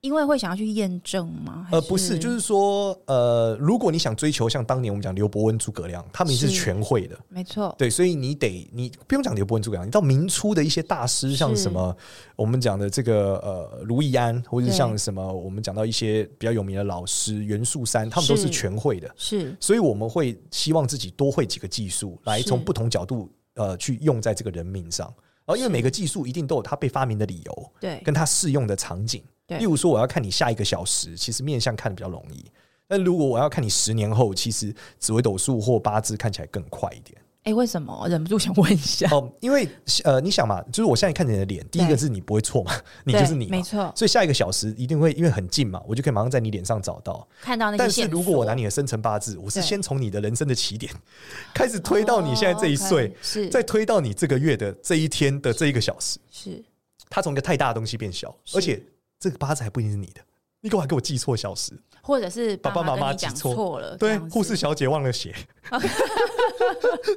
因为会想要去验证吗？还呃，不是，就是说，呃，如果你想追求像当年我们讲刘伯温、诸葛亮，他们是是全会的，没错，对，所以你得，你不用讲刘伯温、诸葛亮，你到明初的一些大师，像是什么我们讲的这个呃卢易安，或者对像什么我们讲到一些比较有名的老师袁术山，他们都是是全会的，是所以我们会希望自己多会几个技术，来是从不同角度呃去用在这个人命上。然后，因为每个技术一定都有它被发明的理由，对跟它适用的场景。对例如说，我要看你下一个小时，其实面相看的比较容易。但如果我要看你十年后，其实紫微斗数或八字看起来更快一点。哎、为什么忍不住想问一 下？哦，因为呃，你想嘛，就是我现在看着你的脸，第一对个是你不会错嘛， 你就是你啊对没嘛，错，所以下一个小时一定会，因为很近嘛，我就可以马上在你脸上找到。看到那些但是线索。如果我拿你的生辰八字，我是对先从你的人生的起点 开始推到你现在这一岁，哦，OK，是再推到你这个月的这一天的这一个小时，是它从一个太大的东西变小，是而且这个八字还不一定是你的，你给我还给我记错小时，或者是爸妈爸妈妈跟你讲记错错了，这对，啊样子护士小姐忘 了写，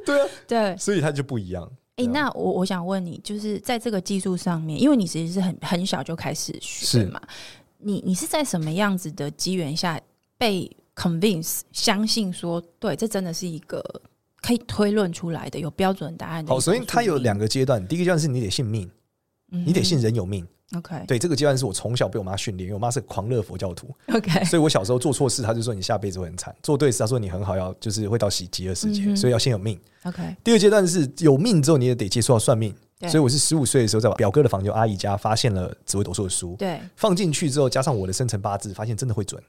对啊，对。哎、所以它就不一样。对啊那我我想问你，就是在这个技术上面，因为你其实是很很小就开始学是嘛，你你是在什么样子的机缘下被 convince 相信说，对，这真的是一个可以推论出来的有标准答案的一好，种首宿命？先它有两个阶段，第一个阶段是你得信命，你得信人有命。嗯 OK 对，这个阶段是我从小被我妈训练，因为我妈是狂热佛教徒， OK，所以我小时候做错事，她就说你下辈子会很惨；做对事，她说你很好，要就是会到喜极乐世界，嗯哼所以要先有命。 OK，第二阶段是有命之后，你也得接触到算命。对所以我是十五岁的时候，在我表哥的房间阿姨家发现了紫微斗数的书，对，放进去之后，加上我的生辰八字，发现真的会准。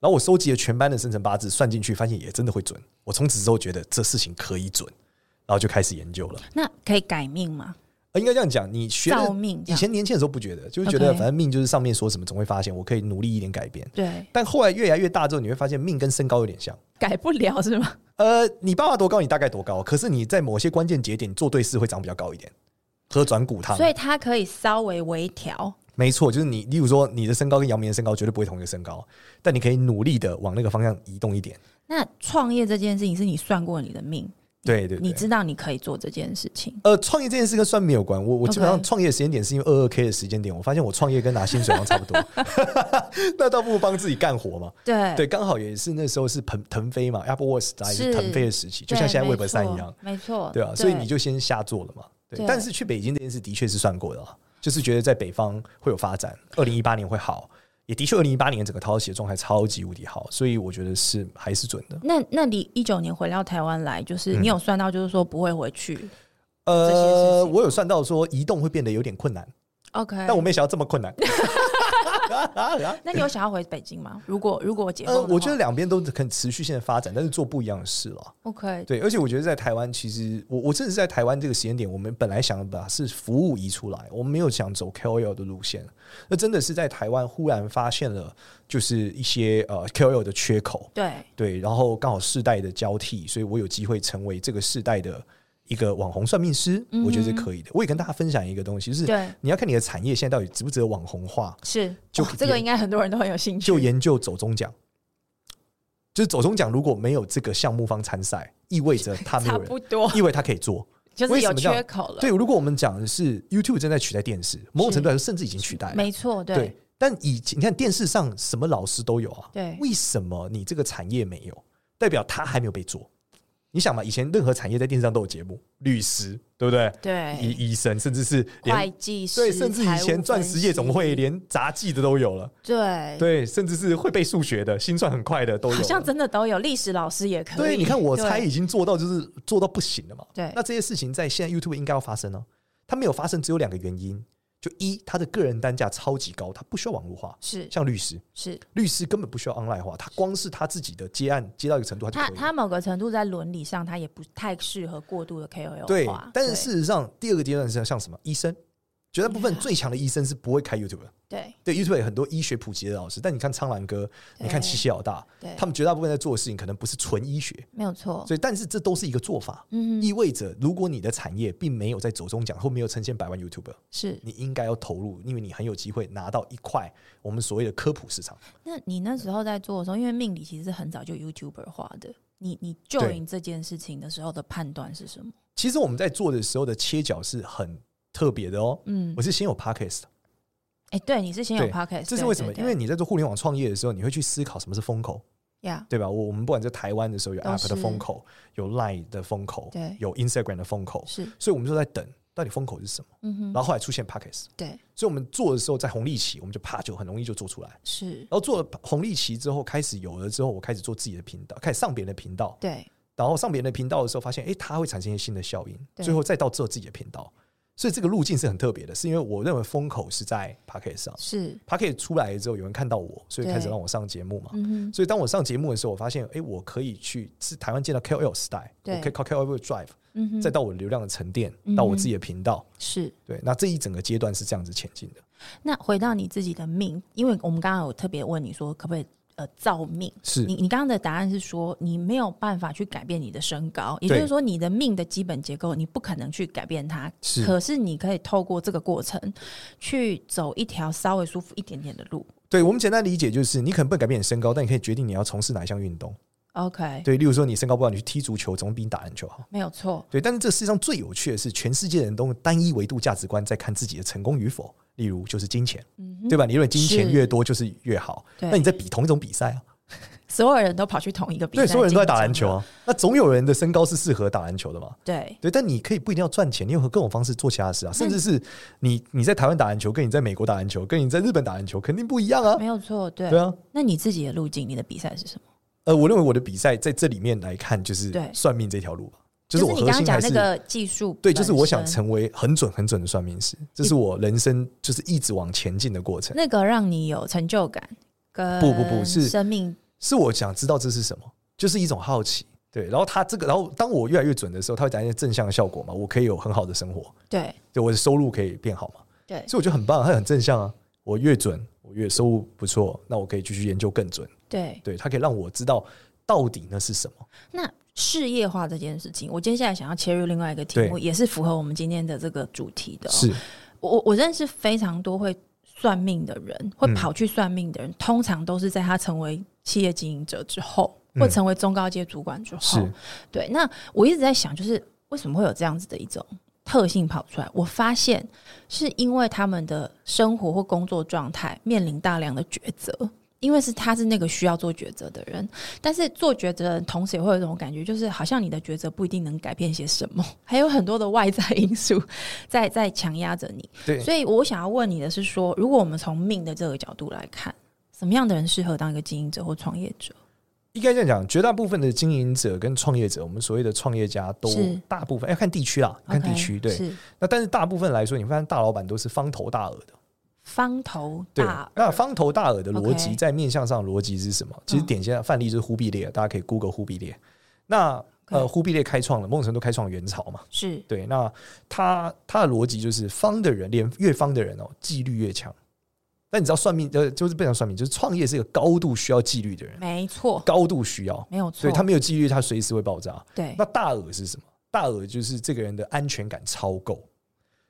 然后我收集了全班的生辰八字，算进去发现也真的会准。我从此之后觉得这事情可以准，然后就开始研究了。那可以改命吗？呃应该这样讲，你学造的命这以样前年轻的时候不觉得，就是觉得 OK 反正命就是上面说什么总会发现，我可以努力一点改变。对，但后来越来越大之后，你会发现命跟身高有点像。改不了是吗？呃，你爸爸多高，你大概多高，可是你在某些关键节点做对事会长比较高一点，喝转骨汤。所以它可以稍微微调。没错，就是你，例如说你的身高跟姚明的身高绝对不会同一个身高，但你可以努力的往那个方向移动一点。那创业这件事情是你算过你的命，对对对，你知道你可以做这件事情。呃，创业这件事跟算命有关。我我基本上 OK 创业的时间点是因为二二 K 的时间点，我发现我创业跟拿薪水好像差不多， 那倒不如帮自己干活嘛。对对，刚好也是那时候是腾腾飞嘛，Apple Watch 大概是哎是腾飞的时期，就像现在 Web 三一样，，没错，对啊，所以你就先下做了嘛。对，对但是去北京这件事的确是算过的啊，就是觉得在北方会有发展，二零一八年会好，也的确二零一八年整个淘洗的状态超级无敌好，所以我觉得是还是准的。那那你一九年回到台湾来，就是嗯你有算到，就是说不会回去。这些事呃，情哎我有算到说移动会变得有点困难， OK，但我没想到这么困 难。那你有想要回北京吗？如果如果我结婚的呃，话，我觉得两边都可以持续性的发展，但是做不一样的事了。 OK，对，而且我觉得在台湾，其实我我真的是在台湾这个时间点，我们本来想把是服务移出来，我们没有想走 KOL 的路线。那真的是在台湾忽然发现了，就是一些呃 KOL 的缺口，对对，然后刚好世代的交替，所以我有机会成为这个世代的一个网红算命师，我觉得是嗯哼可以的。我也跟大家分享一个东西，就是对你要看你的产业现在到底值不值得网红化，是，就哇这个也应该很多人都很有兴趣。就研究走中奖。就是走中奖如果没有这个项目方参赛，意 味着他没差有人，不多，意味他可以做。就为是什有么这样缺口了。对，如果我们讲的是 YouTube 正在取代电视，某种程度来说甚至已经取代了。没错，对，但以前你看电视上什么老师都有啊，对为什么你这个产业没有？代表他还没有被做。你想嘛，以前任何产业在电视上都有节目，律师对不对？对，医医生，甚至是会连计师，对，甚至以财务前钻石夜总会分析连杂技的都有了，对，对，甚至是会背数学的、心算很快的都有好了。像真的都有，历史老师也可以。对，你看我猜对已经做到就是做到不行了嘛。对那这些事情在现在 YouTube 应该要发生呢、它没有发生，只有两个原因：就一，它的个人单价超级高，它不需要网络化，是像律师，是，律师根本不需要 online 化，他光是他自己的接案接到一个程度，他就他可以了。他某个程度在伦理上，他也不太适合过度的 KOL 对化，但是对事实上，第二个阶段是像什么？医生，绝大部分最强的医生是不会开 YouTube 的。对对 YouTube 有很多医学普及的老师，但你看苍兰哥，你看对七七老大，对，他们绝大部分在做的事情可能不是纯医学，没有错。所以但是这都是一个做法。嗯哼，意味着，如果你的产业并没有在走中奖或没有呈现百万 YouTuber，是。你应该要投入，因为你很有机会拿到一块我们所谓的科普市场。那你那时候在做的时候，因为命理其实很早就 YouTuber 化的，你你 join 这件事情的时候的判断是什么？其实我们在做的时候的切角是很特别的哦。嗯我，是先有 Podcast，哎、对，你是先有对 podcast，这是对为什么？对因为你在做互联网创业的时候，你会去思考什么是风口，对呀对吧？我我们不管在台湾的时候有都 App 的是风口，有 Line 的风口对，有 Instagram 的风口，是，所以我们就在等到底风口是什么。嗯哼，然后后来出现 Podcast，对，所以我们做的时候在红利期，我们就啪就很容易就做出来。是然，后做了红利期之后，开始有了之后，我开始做自己的频道，开始上别人的频道，对，然后上别人的频道的时候，发现哎，诶它会产生一些新的效应，对最后再到做自己的频道，所以这个路径是很特别的，是因为我认为风口是在 Pocket 上是， ，Pocket 出来之后有人看到我，所以开始对让我上节目嘛。嗯哼，所以当我上节目的时候，我发现，哎，我可以去是台湾见到 KOL 时代，对我可以靠 KOL drive，嗯哼，再到我流量的沉淀，嗯到我自己的频道，是。对，那这一整个阶段是这样子前进的。嗯那回到你自己的命，因为我们刚刚有特别问你说，可不可以呃造命？是你你刚刚的答案是说，你没有办法去改变你的身高，也就是对说，你的命的基本结构你不可能去改变它。是可是你可以透过这个过程，去走一条稍微舒服一点点的路。对我们简单理解就是，你可能不能改变你身高，但你可以决定你要从事哪一项运动。 OK，对，例如说你身高不高，你去踢足球总比你打篮球好。没有错，对，但是这世界上最有趣的是，全世界的人都用单一维度价值观在看自己的成功与否。例如就是金钱，嗯对吧？你认为金钱是越多就是越好，对那你在比同一种比赛啊，所有人都跑去同一个比赛，对，所有人都在打篮球。啊，那总有人的身高是适合打篮球的嘛？对，对，但你可以不一定要赚钱，你有各种方式做其他嗯事啊，甚至是你你在台湾打篮球，跟你在美国打篮球，跟你在日本打篮球肯定不一样啊没。有错，对。对啊，那你自己的路径，你的比赛是什么？呃，我认为我的比赛在这里面来看，就是对算命这条路吧，就是是我你核刚刚心讲还那是个技术本身，对，就是我想成为很准很准的算命师，这是我人生就是一直往前进的过程。那个让你有成就感，跟不不不是生命是我想知道这是什么，就是一种好奇。对，然后他这个，然后当我越来越准的时候，它会带来一些正向的效果嘛，我可以有很好的生活，对对我的收入可以变好嘛，对所以我觉得很棒，它很正向啊。我越准，我越收入不错，那我可以继续研究更准。对。对，它可以让我知道到底那是什么。那事业化这件事情，我接下来想要切入另外一个题目，对也是符合我们今天的这个主题的、哦。我我我认识非常多会算命的人，会嗯跑去算命的人，通常都是在他成为企业经营者之后，嗯或成为中高阶主管之后。是，对，那我一直在想，就是为什么会有这样子的一种特性跑出来？我发现是因为他们的生活或工作状态面临大量的抉择。因为是他是那个需要做抉择的人，但是做抉择的人同时也会有一种感觉，就是好像你的抉择不一定能改变些什么， 还有很多的外在因素在在强压着你。对所以我想要问你的是说，如果我们从命的这个角度来看，什么样的人适合当一个经营者或创业者？应该这样讲，绝大部分的经营者跟创业者，我们所谓的创业家都是大部分要看地区啦，看地 OK，区。对，是那但是大部分来说，你发现大老板都是方头大耳的。方头对大，那方头大耳的逻辑 OK 在面向上的逻辑是什么？其实典型的范例就是忽必烈，大家可以 Google 忽必烈。那呃，忽必烈开创了某种程度开创元朝嘛。是对，那他他的逻辑就是方的人，连越方的人哦，纪律越强。但你知道算命呃，就是不想算命，就是创业是一个高度需要纪律的人，没错，高度需要，没有错所以，他没有纪律，他随时会爆炸。对那大耳是什么？大耳就是这个人的安全感超够，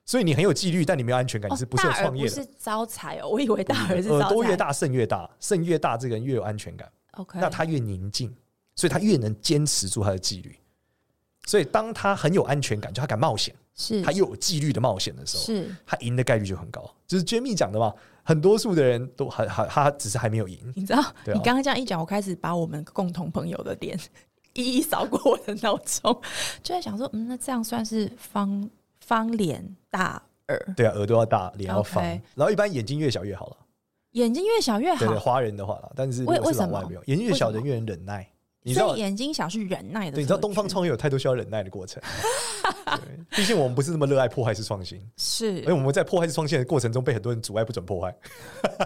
所以你很有纪律，但你没有安全感，你是不适合哦大耳创业不的。是招财哦，我以为大耳是招耳财。朵越大肾越大，肾越大，这个人越有安全感， ，OK，那他越宁静，所以他越能坚持住他的纪律。所以当他很有安全感，就他敢冒险，是他又有纪律的冒险的时候，嗯是他赢的概率就很高。就是 Jamie 讲的嘛，很多数的人都还还他只是还没有赢。你知道，对啊你刚刚这样一讲，我开始把我们共同朋友的脸 一一扫过我的脑中，就在想说，嗯，那这样算是方方脸大耳，对啊，耳朵要大，脸要方 OK 然后一般眼睛越小越好了。眼睛越小越对好，对，华人的话啦，但是如为果是为老什外么没有，眼睛越为小什的么越能忍耐。你知道所以，眼睛小是忍耐的。对，你知道东方创业有太多需要忍耐的 过程。对毕竟我们不是那么热爱破坏式创新，是而，我们在破坏式创新的过程中，被很多人阻碍，不准破坏。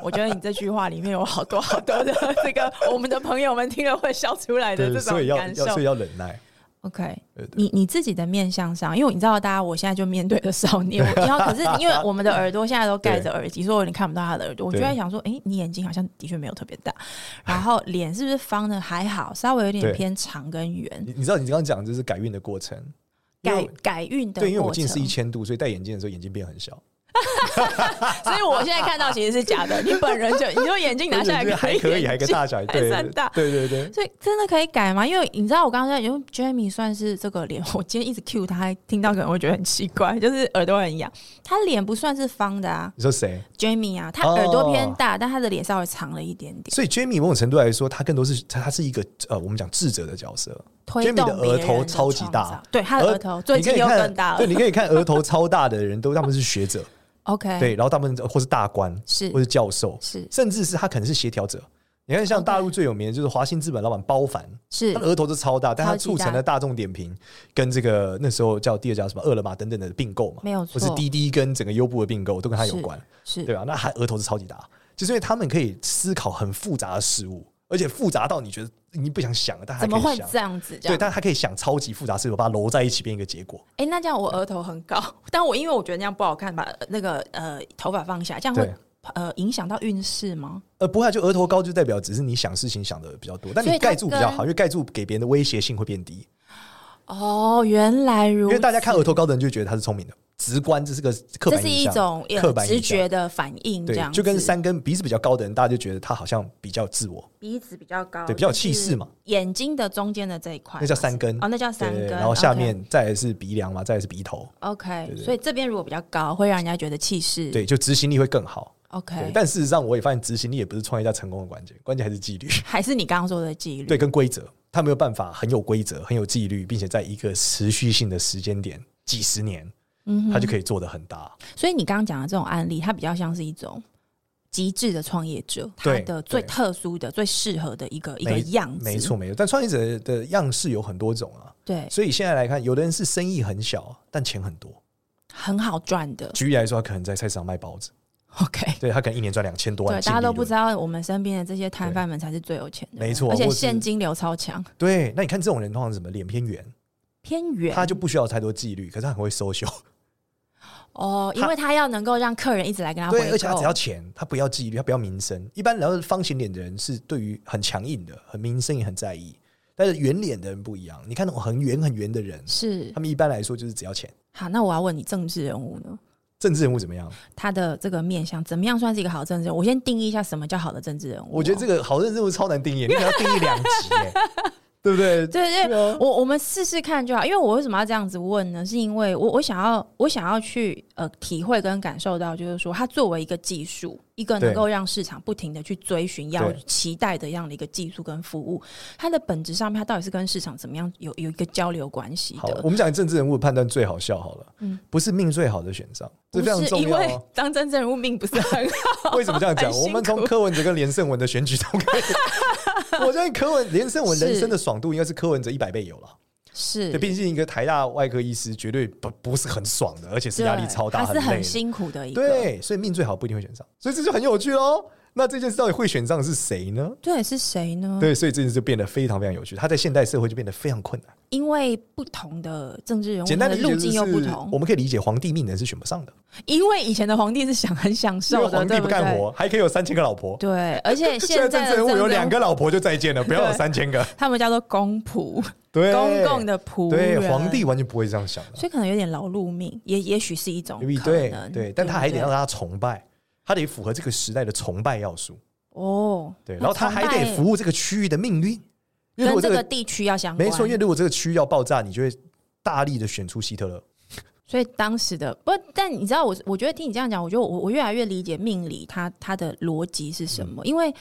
我觉得你这句话里面有好多好多的这个我们的朋友们听了会笑出来哎的这所以种要感要受所以。要忍耐。 OK，对对你你自己的面相上，因为你知道，大家我现在就面对的少年，我然后可是因为我们的耳朵现在都盖着耳 机，所以你看不到他的耳朵。我就对在想说，诶，你眼睛好像的确没有特别大，然后脸是不是方的还好，稍微有点对偏长跟圆，你你知道你刚刚讲这是改运的过程，因改为改运的对，因为我过们近程。视一千度，所以戴眼镜的时候眼睛变很小，所以我现在看到其实是假的，你本人就你就眼镜拿下来 对对对还可以，还眼可以镜大小，还对算大对对对， 所以真的可以改吗？因为你知道我刚刚在，因为 Jamie 算是这个脸，我今天一直 cue 他，听到可能会觉得很奇怪，就是耳朵很痒，他脸不算是方的啊。你说谁？ Jamie 啊，他哦耳朵偏大，但他的脸稍微长了一点点，所以 Jamie 某种程度来说，他更多是他他是一个呃，我们讲智者的角色，推动 Jamie 的额头别人超级大创造，对他的额额头最近你可又以看更大对，了。你可以看额头超大的人都他们是 学者， OK，对，然后他们或是大官，哎是或是教授，是甚至是他可能是协调者。你看，像大陆最有名的就是华兴资本老板包凡，是他的额头都超大，但他超级大促成了大众点评跟这个那时候叫第二家什么饿了么等等的并购嘛，没有或错是滴滴跟整个优步的并购都跟他有关，是对吧、那他额头是超级大，就是因为他们可以思考很复杂的事物，而且复杂到你觉得你不想想，但他怎么可以会想这。样子？这对，样但他可以想超级复杂的事物，把它揉在一起变一个结果。哎、那这样我额头很高， 但我因为我觉得那样不好看，把呃那个呃头发放下，这样会对呃影响到运势吗？呃，不过就额头高就代表只是你想事情想的比较多，但所你以它盖住比较跟好，因为盖住给别人的威胁性会变低。哦，原来如因此，为大家看额头高的人就觉得他是聪明的，直观这是个这刻板是印一象，种呃刻板印直象觉的反应，这对样，就跟子三根鼻子比较高的人，大家就觉得他好像比较自我，鼻子比较高，对比较有气势嘛，眼睛的中间的这一块，那叫三根哦，那叫三对根，然后下面再来是鼻梁嘛，再来是鼻头， OK，, 对对所以这边如果比较高，会让人家觉得气势对，就执行力会更好。对， OK，但事实上我也发现执行力也不是创业家成功的关键，关键还是纪律，还是你刚刚说的纪律。对，跟规则，他没有办法很有规则、很有纪律，并且在一个持续性的时间点，几十年，嗯他哼，就可以做得很大。所以你刚刚讲的这种案例，它比较像是一种极致的创业者，他对的对最特殊的、最适合的一个一个没样子。没错，，没错。但创业者的样式有很多种啊，对，所以现在来看，有的人是生意很小，但钱很多。很好赚的。举例来说，他可能在菜市场卖包子， OK，对他可能一年赚两千多万，对，大家都不知道。道我们身边的这些摊贩们才是最有钱的人，没错而且或是现金流超强，对，那你看这种人通常是什么脸偏圆，偏远他就不需要太多纪律，可是他很会 social，哦，因他为他要能够让客人一直来跟他回对，购，而且他只要钱，他不要纪律，他不要名声。一般然后方形脸的人是对于很强硬的，很名声也很在意，但是圆脸的人不一样。你看那种很圆很圆的人，是他们一般来说就是只要钱。好。那我要问你，政治人物呢？政治人物怎么样？他的这个面相怎么样算是一个好政治人物？我先定义一下什么叫好的政治人物哦。我觉得这个好认真，我超难 定义，你可能要定义两集、欸， 对不对？对对，对啊，我我们试试看就好，因为我为什么要这样子问呢？是因为我我想要我想要去呃体会跟感受到，就是说它作为一个技术，一个对能够让市场不停的去追寻要对期待的这样的一个技术跟服务，它的本质上面它到底是跟市场怎么样有有一个交流关系好，的？我们讲政治人物的判断最好笑好了，嗯不是命最好的选上，这不非常是重因要、为哦。当真正人物命不是 很好，为什么这样 很讲？辛我苦们从柯文哲跟连胜文的选举都可以， 我相信柯文连胜文人生的爽度应该是柯文哲一百倍有了。是对，毕竟一个台大外科医师绝对不不是很爽的，而且是压力对超大，它是很累很的。辛苦的一个。对，所以命最好不一定会选上，所以这就很有趣喽。那这件事到底会选上的是谁呢？对，是谁呢？对，所以这件事就变得非常非常有趣，它在现代社会就变得非常困难。因为不同的政治人物，简他的单理解路就径是又不同，我们可以理解皇帝命人是选不上的，因为以前的皇帝是想很享因为受的，皇帝对不对？干活，还可以有三千个老婆。对，而 且现在在政的治人物有政两个老婆就再见了，不要有三千个。他们叫做公仆，对，公共的仆对人皇帝，完全不会这样想的，所以可能有点劳碌命，也也许是一种因为可对能，对，但他还得对让大家崇拜，他得符合这个时代的崇拜要素，哦，对，那然后他还崇得拜服务这个区域的命运，因为如跟果这这个个地区要相关，没错，因为如果这个区域要爆炸，你就会大力的选出希特勒，所以当时的不，但你知道我，我觉得听你这样讲，我觉得我我越来越理解命理它它的逻辑是什么。因为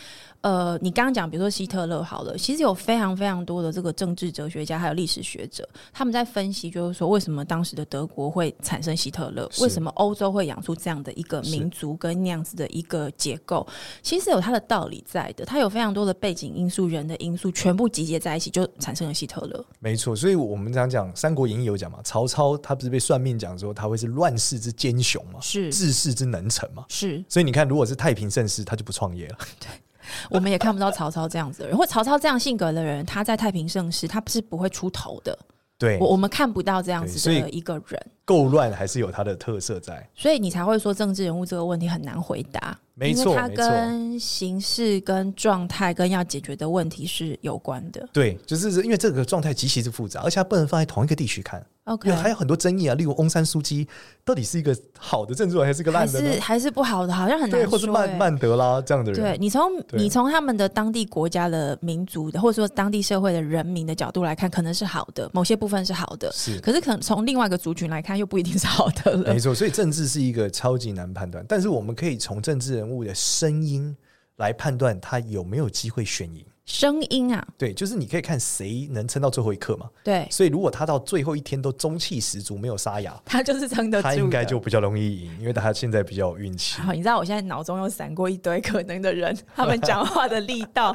呃，你刚刚讲，比如说希特勒好了，其实有非常非常多的这个政治哲学家还有历史学者，他们在分析，就是说为什么当时的德国会产生希特勒，是为什么欧洲会养出这样的一个民族跟那样子的一个结构，其实有它的道理在的。它有非常多的背景因素、人的因素，全部集结在一起，就产生了希特勒。没错，所以我们常讲《三国演义》有讲嘛，曹操他不是被算命讲说他会是乱世之奸雄嘛，是治世之能臣嘛，是，所以你看，如果是太平盛世，他就不创业了。 我们也看不到曹操这样子的人，或曹操这样性格的人，他在太平盛世他是不会出头的。对我，我们看不到这样对子所以的一个人，够乱还是有它的特色在。所以你才会说政治人物这个问题很难回答。没因为错它没错跟形式、跟状态、跟要解决的问题是有关的。对，就是因为这个状态极其之复杂，而且它不能放在同一个地区看，因 OK，为还有很多争议啊。例如翁山书记到底是一个好的政治人还是一个还烂的呢是？还是不好的，好像很难对，说、或是曼欸曼德拉这样的人，对你从对你从他们的当地国家的民族的，或者说当地社会的人民的角度来看，可能是好的，某些部分是好的，是哎可是可能从另外一个族群来看，又不一定是好的了没。错。所以政治是一个超级难判断，但是我们可以从政治人物的声音来判断他有没有机会选赢。声音啊，对，就是你可以看谁能撑到最后一刻嘛。对，所以如果他到最后一天都中气十足，没有沙哑，他就是撑得住的。他应该就比较容易赢，因为他现在比较有运气。好，你知道我现在脑中又闪过一堆可能的 人，他们讲话的力道。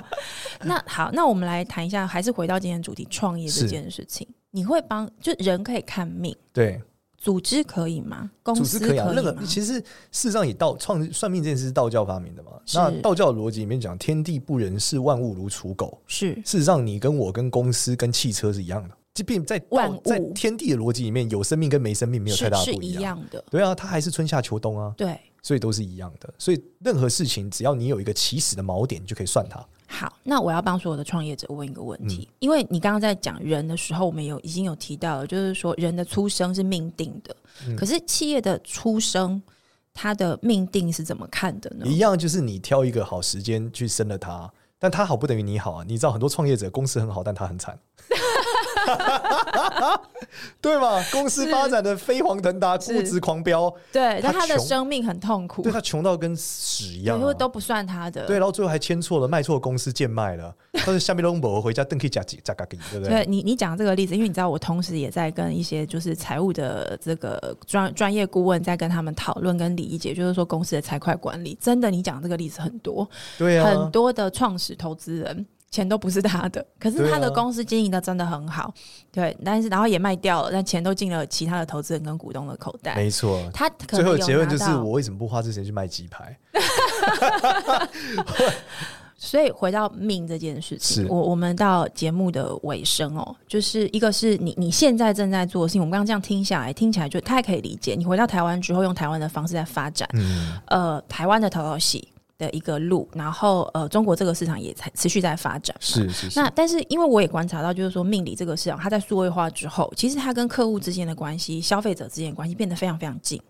那好，那我们来谈一下，还是回到今天的主题，创业这是件事情。你会帮就人可以看命，对，组织可以吗？ 公组司织可以啊，任吗？何其实事实上也道创算命这件事是道教发明的嘛。是那道教的逻辑里面讲，天地不仁，是万物如刍狗。是事实上，你跟我、跟公司、跟汽车是一样的，即便在道万物在天地的逻辑里面，有生命跟没生命没有太是大的是不一一样。样的，对啊，它还是春夏秋冬啊，对。所以都是一样的。所以任何事情，只要你有一个起始的锚点，你就可以算它。好，那我要帮所有的创业者问一个问题，嗯因为你刚刚在讲人的时候，我们有已经有提到了，就是说人的出生是命定的，嗯可是企业的出生，它的命定是怎么看的呢？一样就是你挑一个好时间去生了它，但它好不等于你好啊。你知道很多创业者公司很好，但他很惨。对嘛？公司发展的飞黄腾达，是估值狂飙，对，但他他的穷生命很痛苦，对他穷到跟屎对，一样、因为啊。都不算他的。对，然后最后还签错了，卖错公司，贱卖了。但是下面龙博回家邓 K 假假假嘎给，对不对？对你，你讲这个例子，因为你知道，我同时也在跟一些就是财务的这个专专业顾问在跟他们讨论跟理解，就是说公司的财会管理，真的，你讲这个例子很多，对啊，很多的创始投资人钱都不是他的， 可是他对的啊公司经营的真的很好，对，但是然后也卖掉了，但钱都进了其他的投资人跟股东的口袋。没错。他可最能后有结论拿就是，到我为什么不花这钱去卖鸡排？所以回到命这件事情是，我我们到节目的尾声哦，就是一个是你你现在正在做的事情，我们刚刚这样听下来，听起来就太可以理解。你回到台湾之后，用台湾的方式在发展，嗯，呃，台湾的淘淘洗的一个路，然后呃，中国这个市场也才持续在发展嘛。是是是那，但是因为我也观察到，就是说命理这个市场，它在数位化之后，其实它跟客户之间的关系、消费者之间的关系变得非常非常近，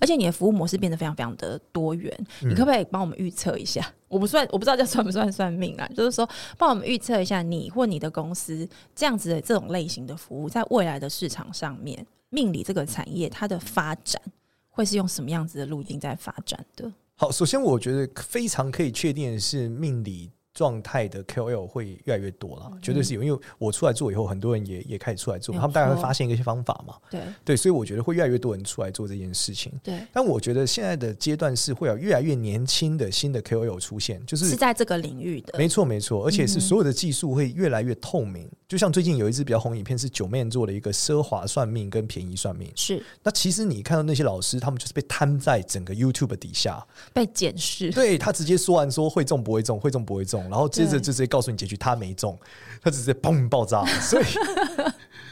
而且你的服务模式变得非常非常的多元。嗯你可不可以帮我们预测一下？我不算，我不知道这算不算算命啊，就是说帮我们预测一下，你或你的公司这样子的这种类型的服务，在未来的市场上面，命理这个产业它的发展会是用什么样子的路径在发展的？好，首先我觉得非常可以确定的是，命理状态的 KOL 会越来越多啦，绝对是有。因为我出来做以后，很多人也也开始出来做，嗯没他们大概会错发现一些方法嘛。对对，所以我觉得会越来越多人出来做这件事情。对，但我觉得现在的阶段是会有越来越年轻的新的 KOL 出现，就是是在这个领域的，没错没错，而且嗯是所有的技术会越来越透明。就像最近有一支比较红影片是九妹做的一个奢华算命跟便宜算命，是那其实你看到那些老师，他们就是被摊在整个 YouTube 底下，被检 视。对他直接说完说会中不会中，会中不会中，然后接着对就直接告诉你结局他没中，他直接砰爆炸，所以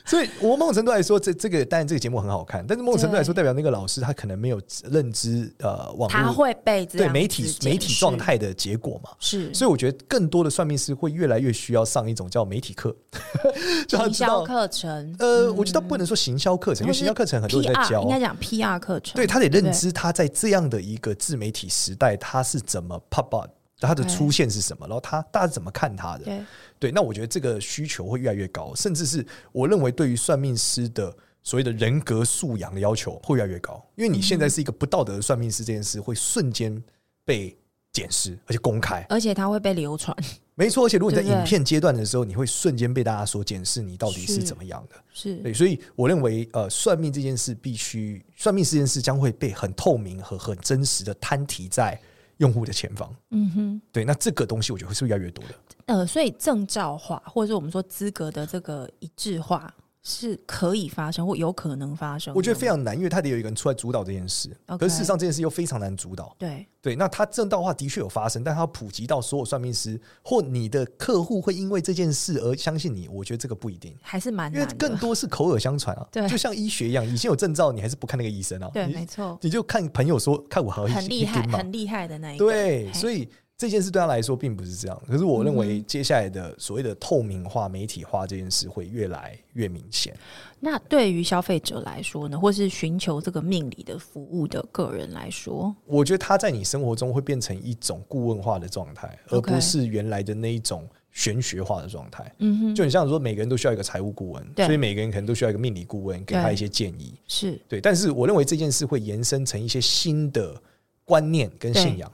所以我某种程度来说，这这个当然这个节目很好看，但是某种程度来说，代表那个老师他可能没有认知呃网他络会被这对样媒子嗯体检媒体视状态的结果嘛。是所以我觉得更多的算命师会越来越需要上一种叫媒体课， 就他营知销道课嗯程，呃，我觉得不能说行销课程，因为或是行销课程很多人在 PR 教啊应，该讲 PR 课程，对，他得认知他在这样的一个自媒体时代，他是怎么 pop up，他的 OK 出现是什么，然后他大家怎么看他的？对对，那我觉得这个需求会越来越高，甚至是我认为对于算命师的。所谓的人格素养的要求会越来越高，因为你现在是一个不道德的算命师，这件事会瞬间被检视，而且公开。而且它会被流传，没错，而且如果你在对不对影片阶段的时候，你会瞬间被大家所检视，你到底是是怎么样的。是对，所以我认为，呃，算命这件事必须，算命这件事将会被很透明和很真实的摊提在用户的前方。嗯哼，对，那这个东西我觉得会是越来越多的。呃，所以证照化或者是我们说资格的这个一致化是可以发生或有可能发生的吗，我觉得非常难，因为他得有一个人出来主导这件事。 OK 可是事实上，这件事又非常难主导。对对，那他正道化的确有发生，但它普及到所有算命师或你的客户会因为这件事而相信你，我觉得这个不一定。还是蛮因为难更的，多是口耳相传啊，对就像医学一样，以前有证照你还是不看那个医生啊，对，你没错，你就看朋友说看我好很厉害，嘛，很厉害的那一个，对，嘿嗯所以这件事对他来说并不是这样。可是我认为接下来的所谓的透明化、媒体化这件事会越来越明显。那对于消费者来说呢，或是寻求这个命理的服务的个人来说，我觉得他在你生活中会变成一种顾问化的状态，而 OK 不是原来的那一种玄学化的状态。嗯哼，就很像说，每个人都需要一个财务顾问，对所以每个人可能都需要一个命理顾问，给他对一些建议。是对，但是我认为这件事会延伸成一些新的观念跟信仰。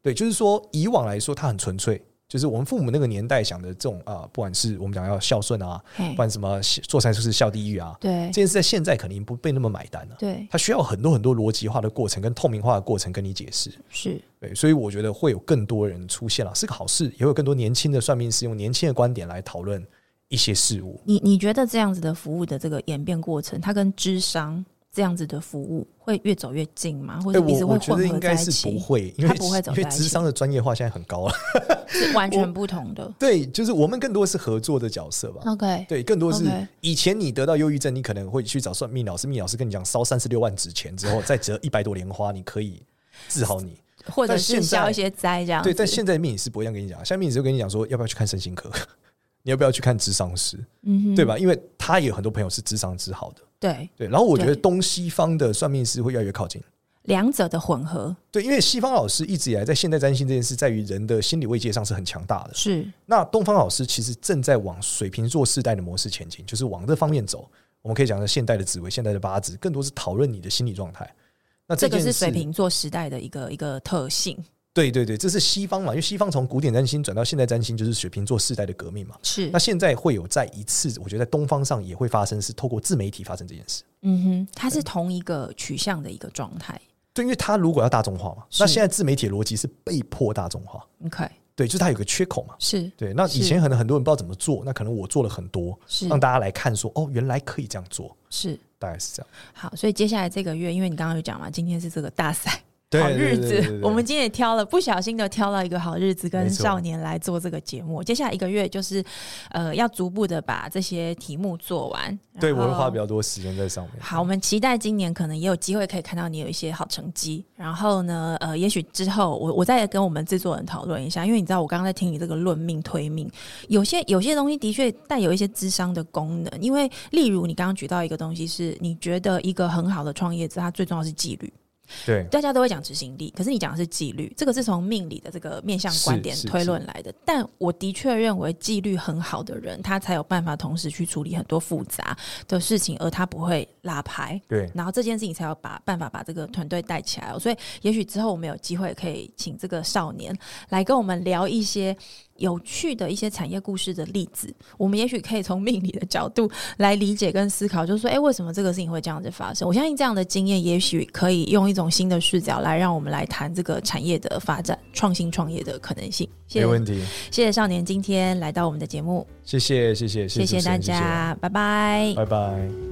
对，就是说以往来说，它很纯粹，就是我们父母那个年代想的这种啊、不管是我们讲要孝顺啊，嘿不，管什么做善事孝地狱啊，对这件事在现在肯定不被那么买单了、对它需要很多很多逻辑化的过程跟透明化的过程跟你解释。是。对，所以我觉得会有更多人出现了，是个好事，也会有更多年轻的算命师用年轻的观点来讨论一些事物。你你觉得这样子的服务的这个演变过程，它跟智商这样子的服务会越走越近吗？或哎、者一直我会我觉得混应合该在一是不起？会，因为它不会走因为在一智起商的专业化现在很高了。是完全不同的。对，就是我们更多是合作的角色吧。 OK，对，更多是哦 OK 以前你得到忧郁症，你可能会去找算命老师，命老师跟你讲烧三十六万纸钱之后，再折一百朵莲花，你可以治好你。或者但现是在消一些灾这样子。对，但现在命理师不会这样跟你讲，现在命理师会跟你讲说要不要去看身心科， 你要不要去看智商师，嗯哼对？吧？因为他也有很多朋友是智商治好的。对，对，然后我觉得对东西方的算命师会越来越靠近，两者的混合对，因为西方老师一直以来在现代占星这件事，在于人的心理慰藉上是很强大的。是那东方老师其实正在往水瓶座世代的模式前进，就是往这方面走。我们可以讲的现代的紫微、现代的八字，更多是讨论你的心理状态。那这件个事是水瓶座时代的一个一个特性，对对对，这是西方嘛，因为西方从古典占星转到现代占星，就是水瓶座世代的革命嘛。是那现在会有在一次，我觉得在东方上也会发生，是透过自媒体发生这件事。嗯哼，它是同一个取向的一个状态。对，因为它如果要大众化嘛，是那现在自媒体的逻辑是被迫大众化， OK，对，就是它有个缺口嘛。是对，那以是前可能很多人不知道怎么做，那可能我做了很多，是让大家来看说，哦，原来可以这样做，是大概是这样。好，所以接下来这个月，因为你刚刚有讲嘛，今天是这个大赛对好日对对对子对，我们今天也挑了，不小心的挑到一个好日子跟没错少年来做这个节目。接下来一个月就是呃，要逐步的把这些题目做完。对然我后会花比较多时间在上面。好，我们期待今年可能也有机会可以看到你有一些好成绩。然后呢，呃，也许之后我我再跟我们制作人讨论一下，因为你知道我刚刚在听你这个论命推命，有些有些东西的确带有一些智商的功能。因为例如你刚刚举到一个东西是，你觉得一个很好的创业者，他最重要是纪律。对大家都会讲执行力，可是你讲的是纪律，这个是从命理的这个面向观点是是推论来的。但我的确认为，纪律很好的人，他才有办法同时去处理很多复杂的事情，而他不会拉牌。对，然后这件事情才有把办法把这个团队带起来、哦。所以，也许之后我们有机会可以请这个少年来跟我们聊一些有趣的一些产业故事的例子。我们也许可以从命理的角度来理解跟思考，就是说，哎，为什么这个事情会这样子发生？我相信这样的经验，也许可以用一种新的视角来让我们来谈这个产业的发展、创新创业的可能性。谢谢，没问题。谢谢少年今天来到我们的节目，谢谢谢谢谢谢谢主持大人谢谢家，拜拜拜拜。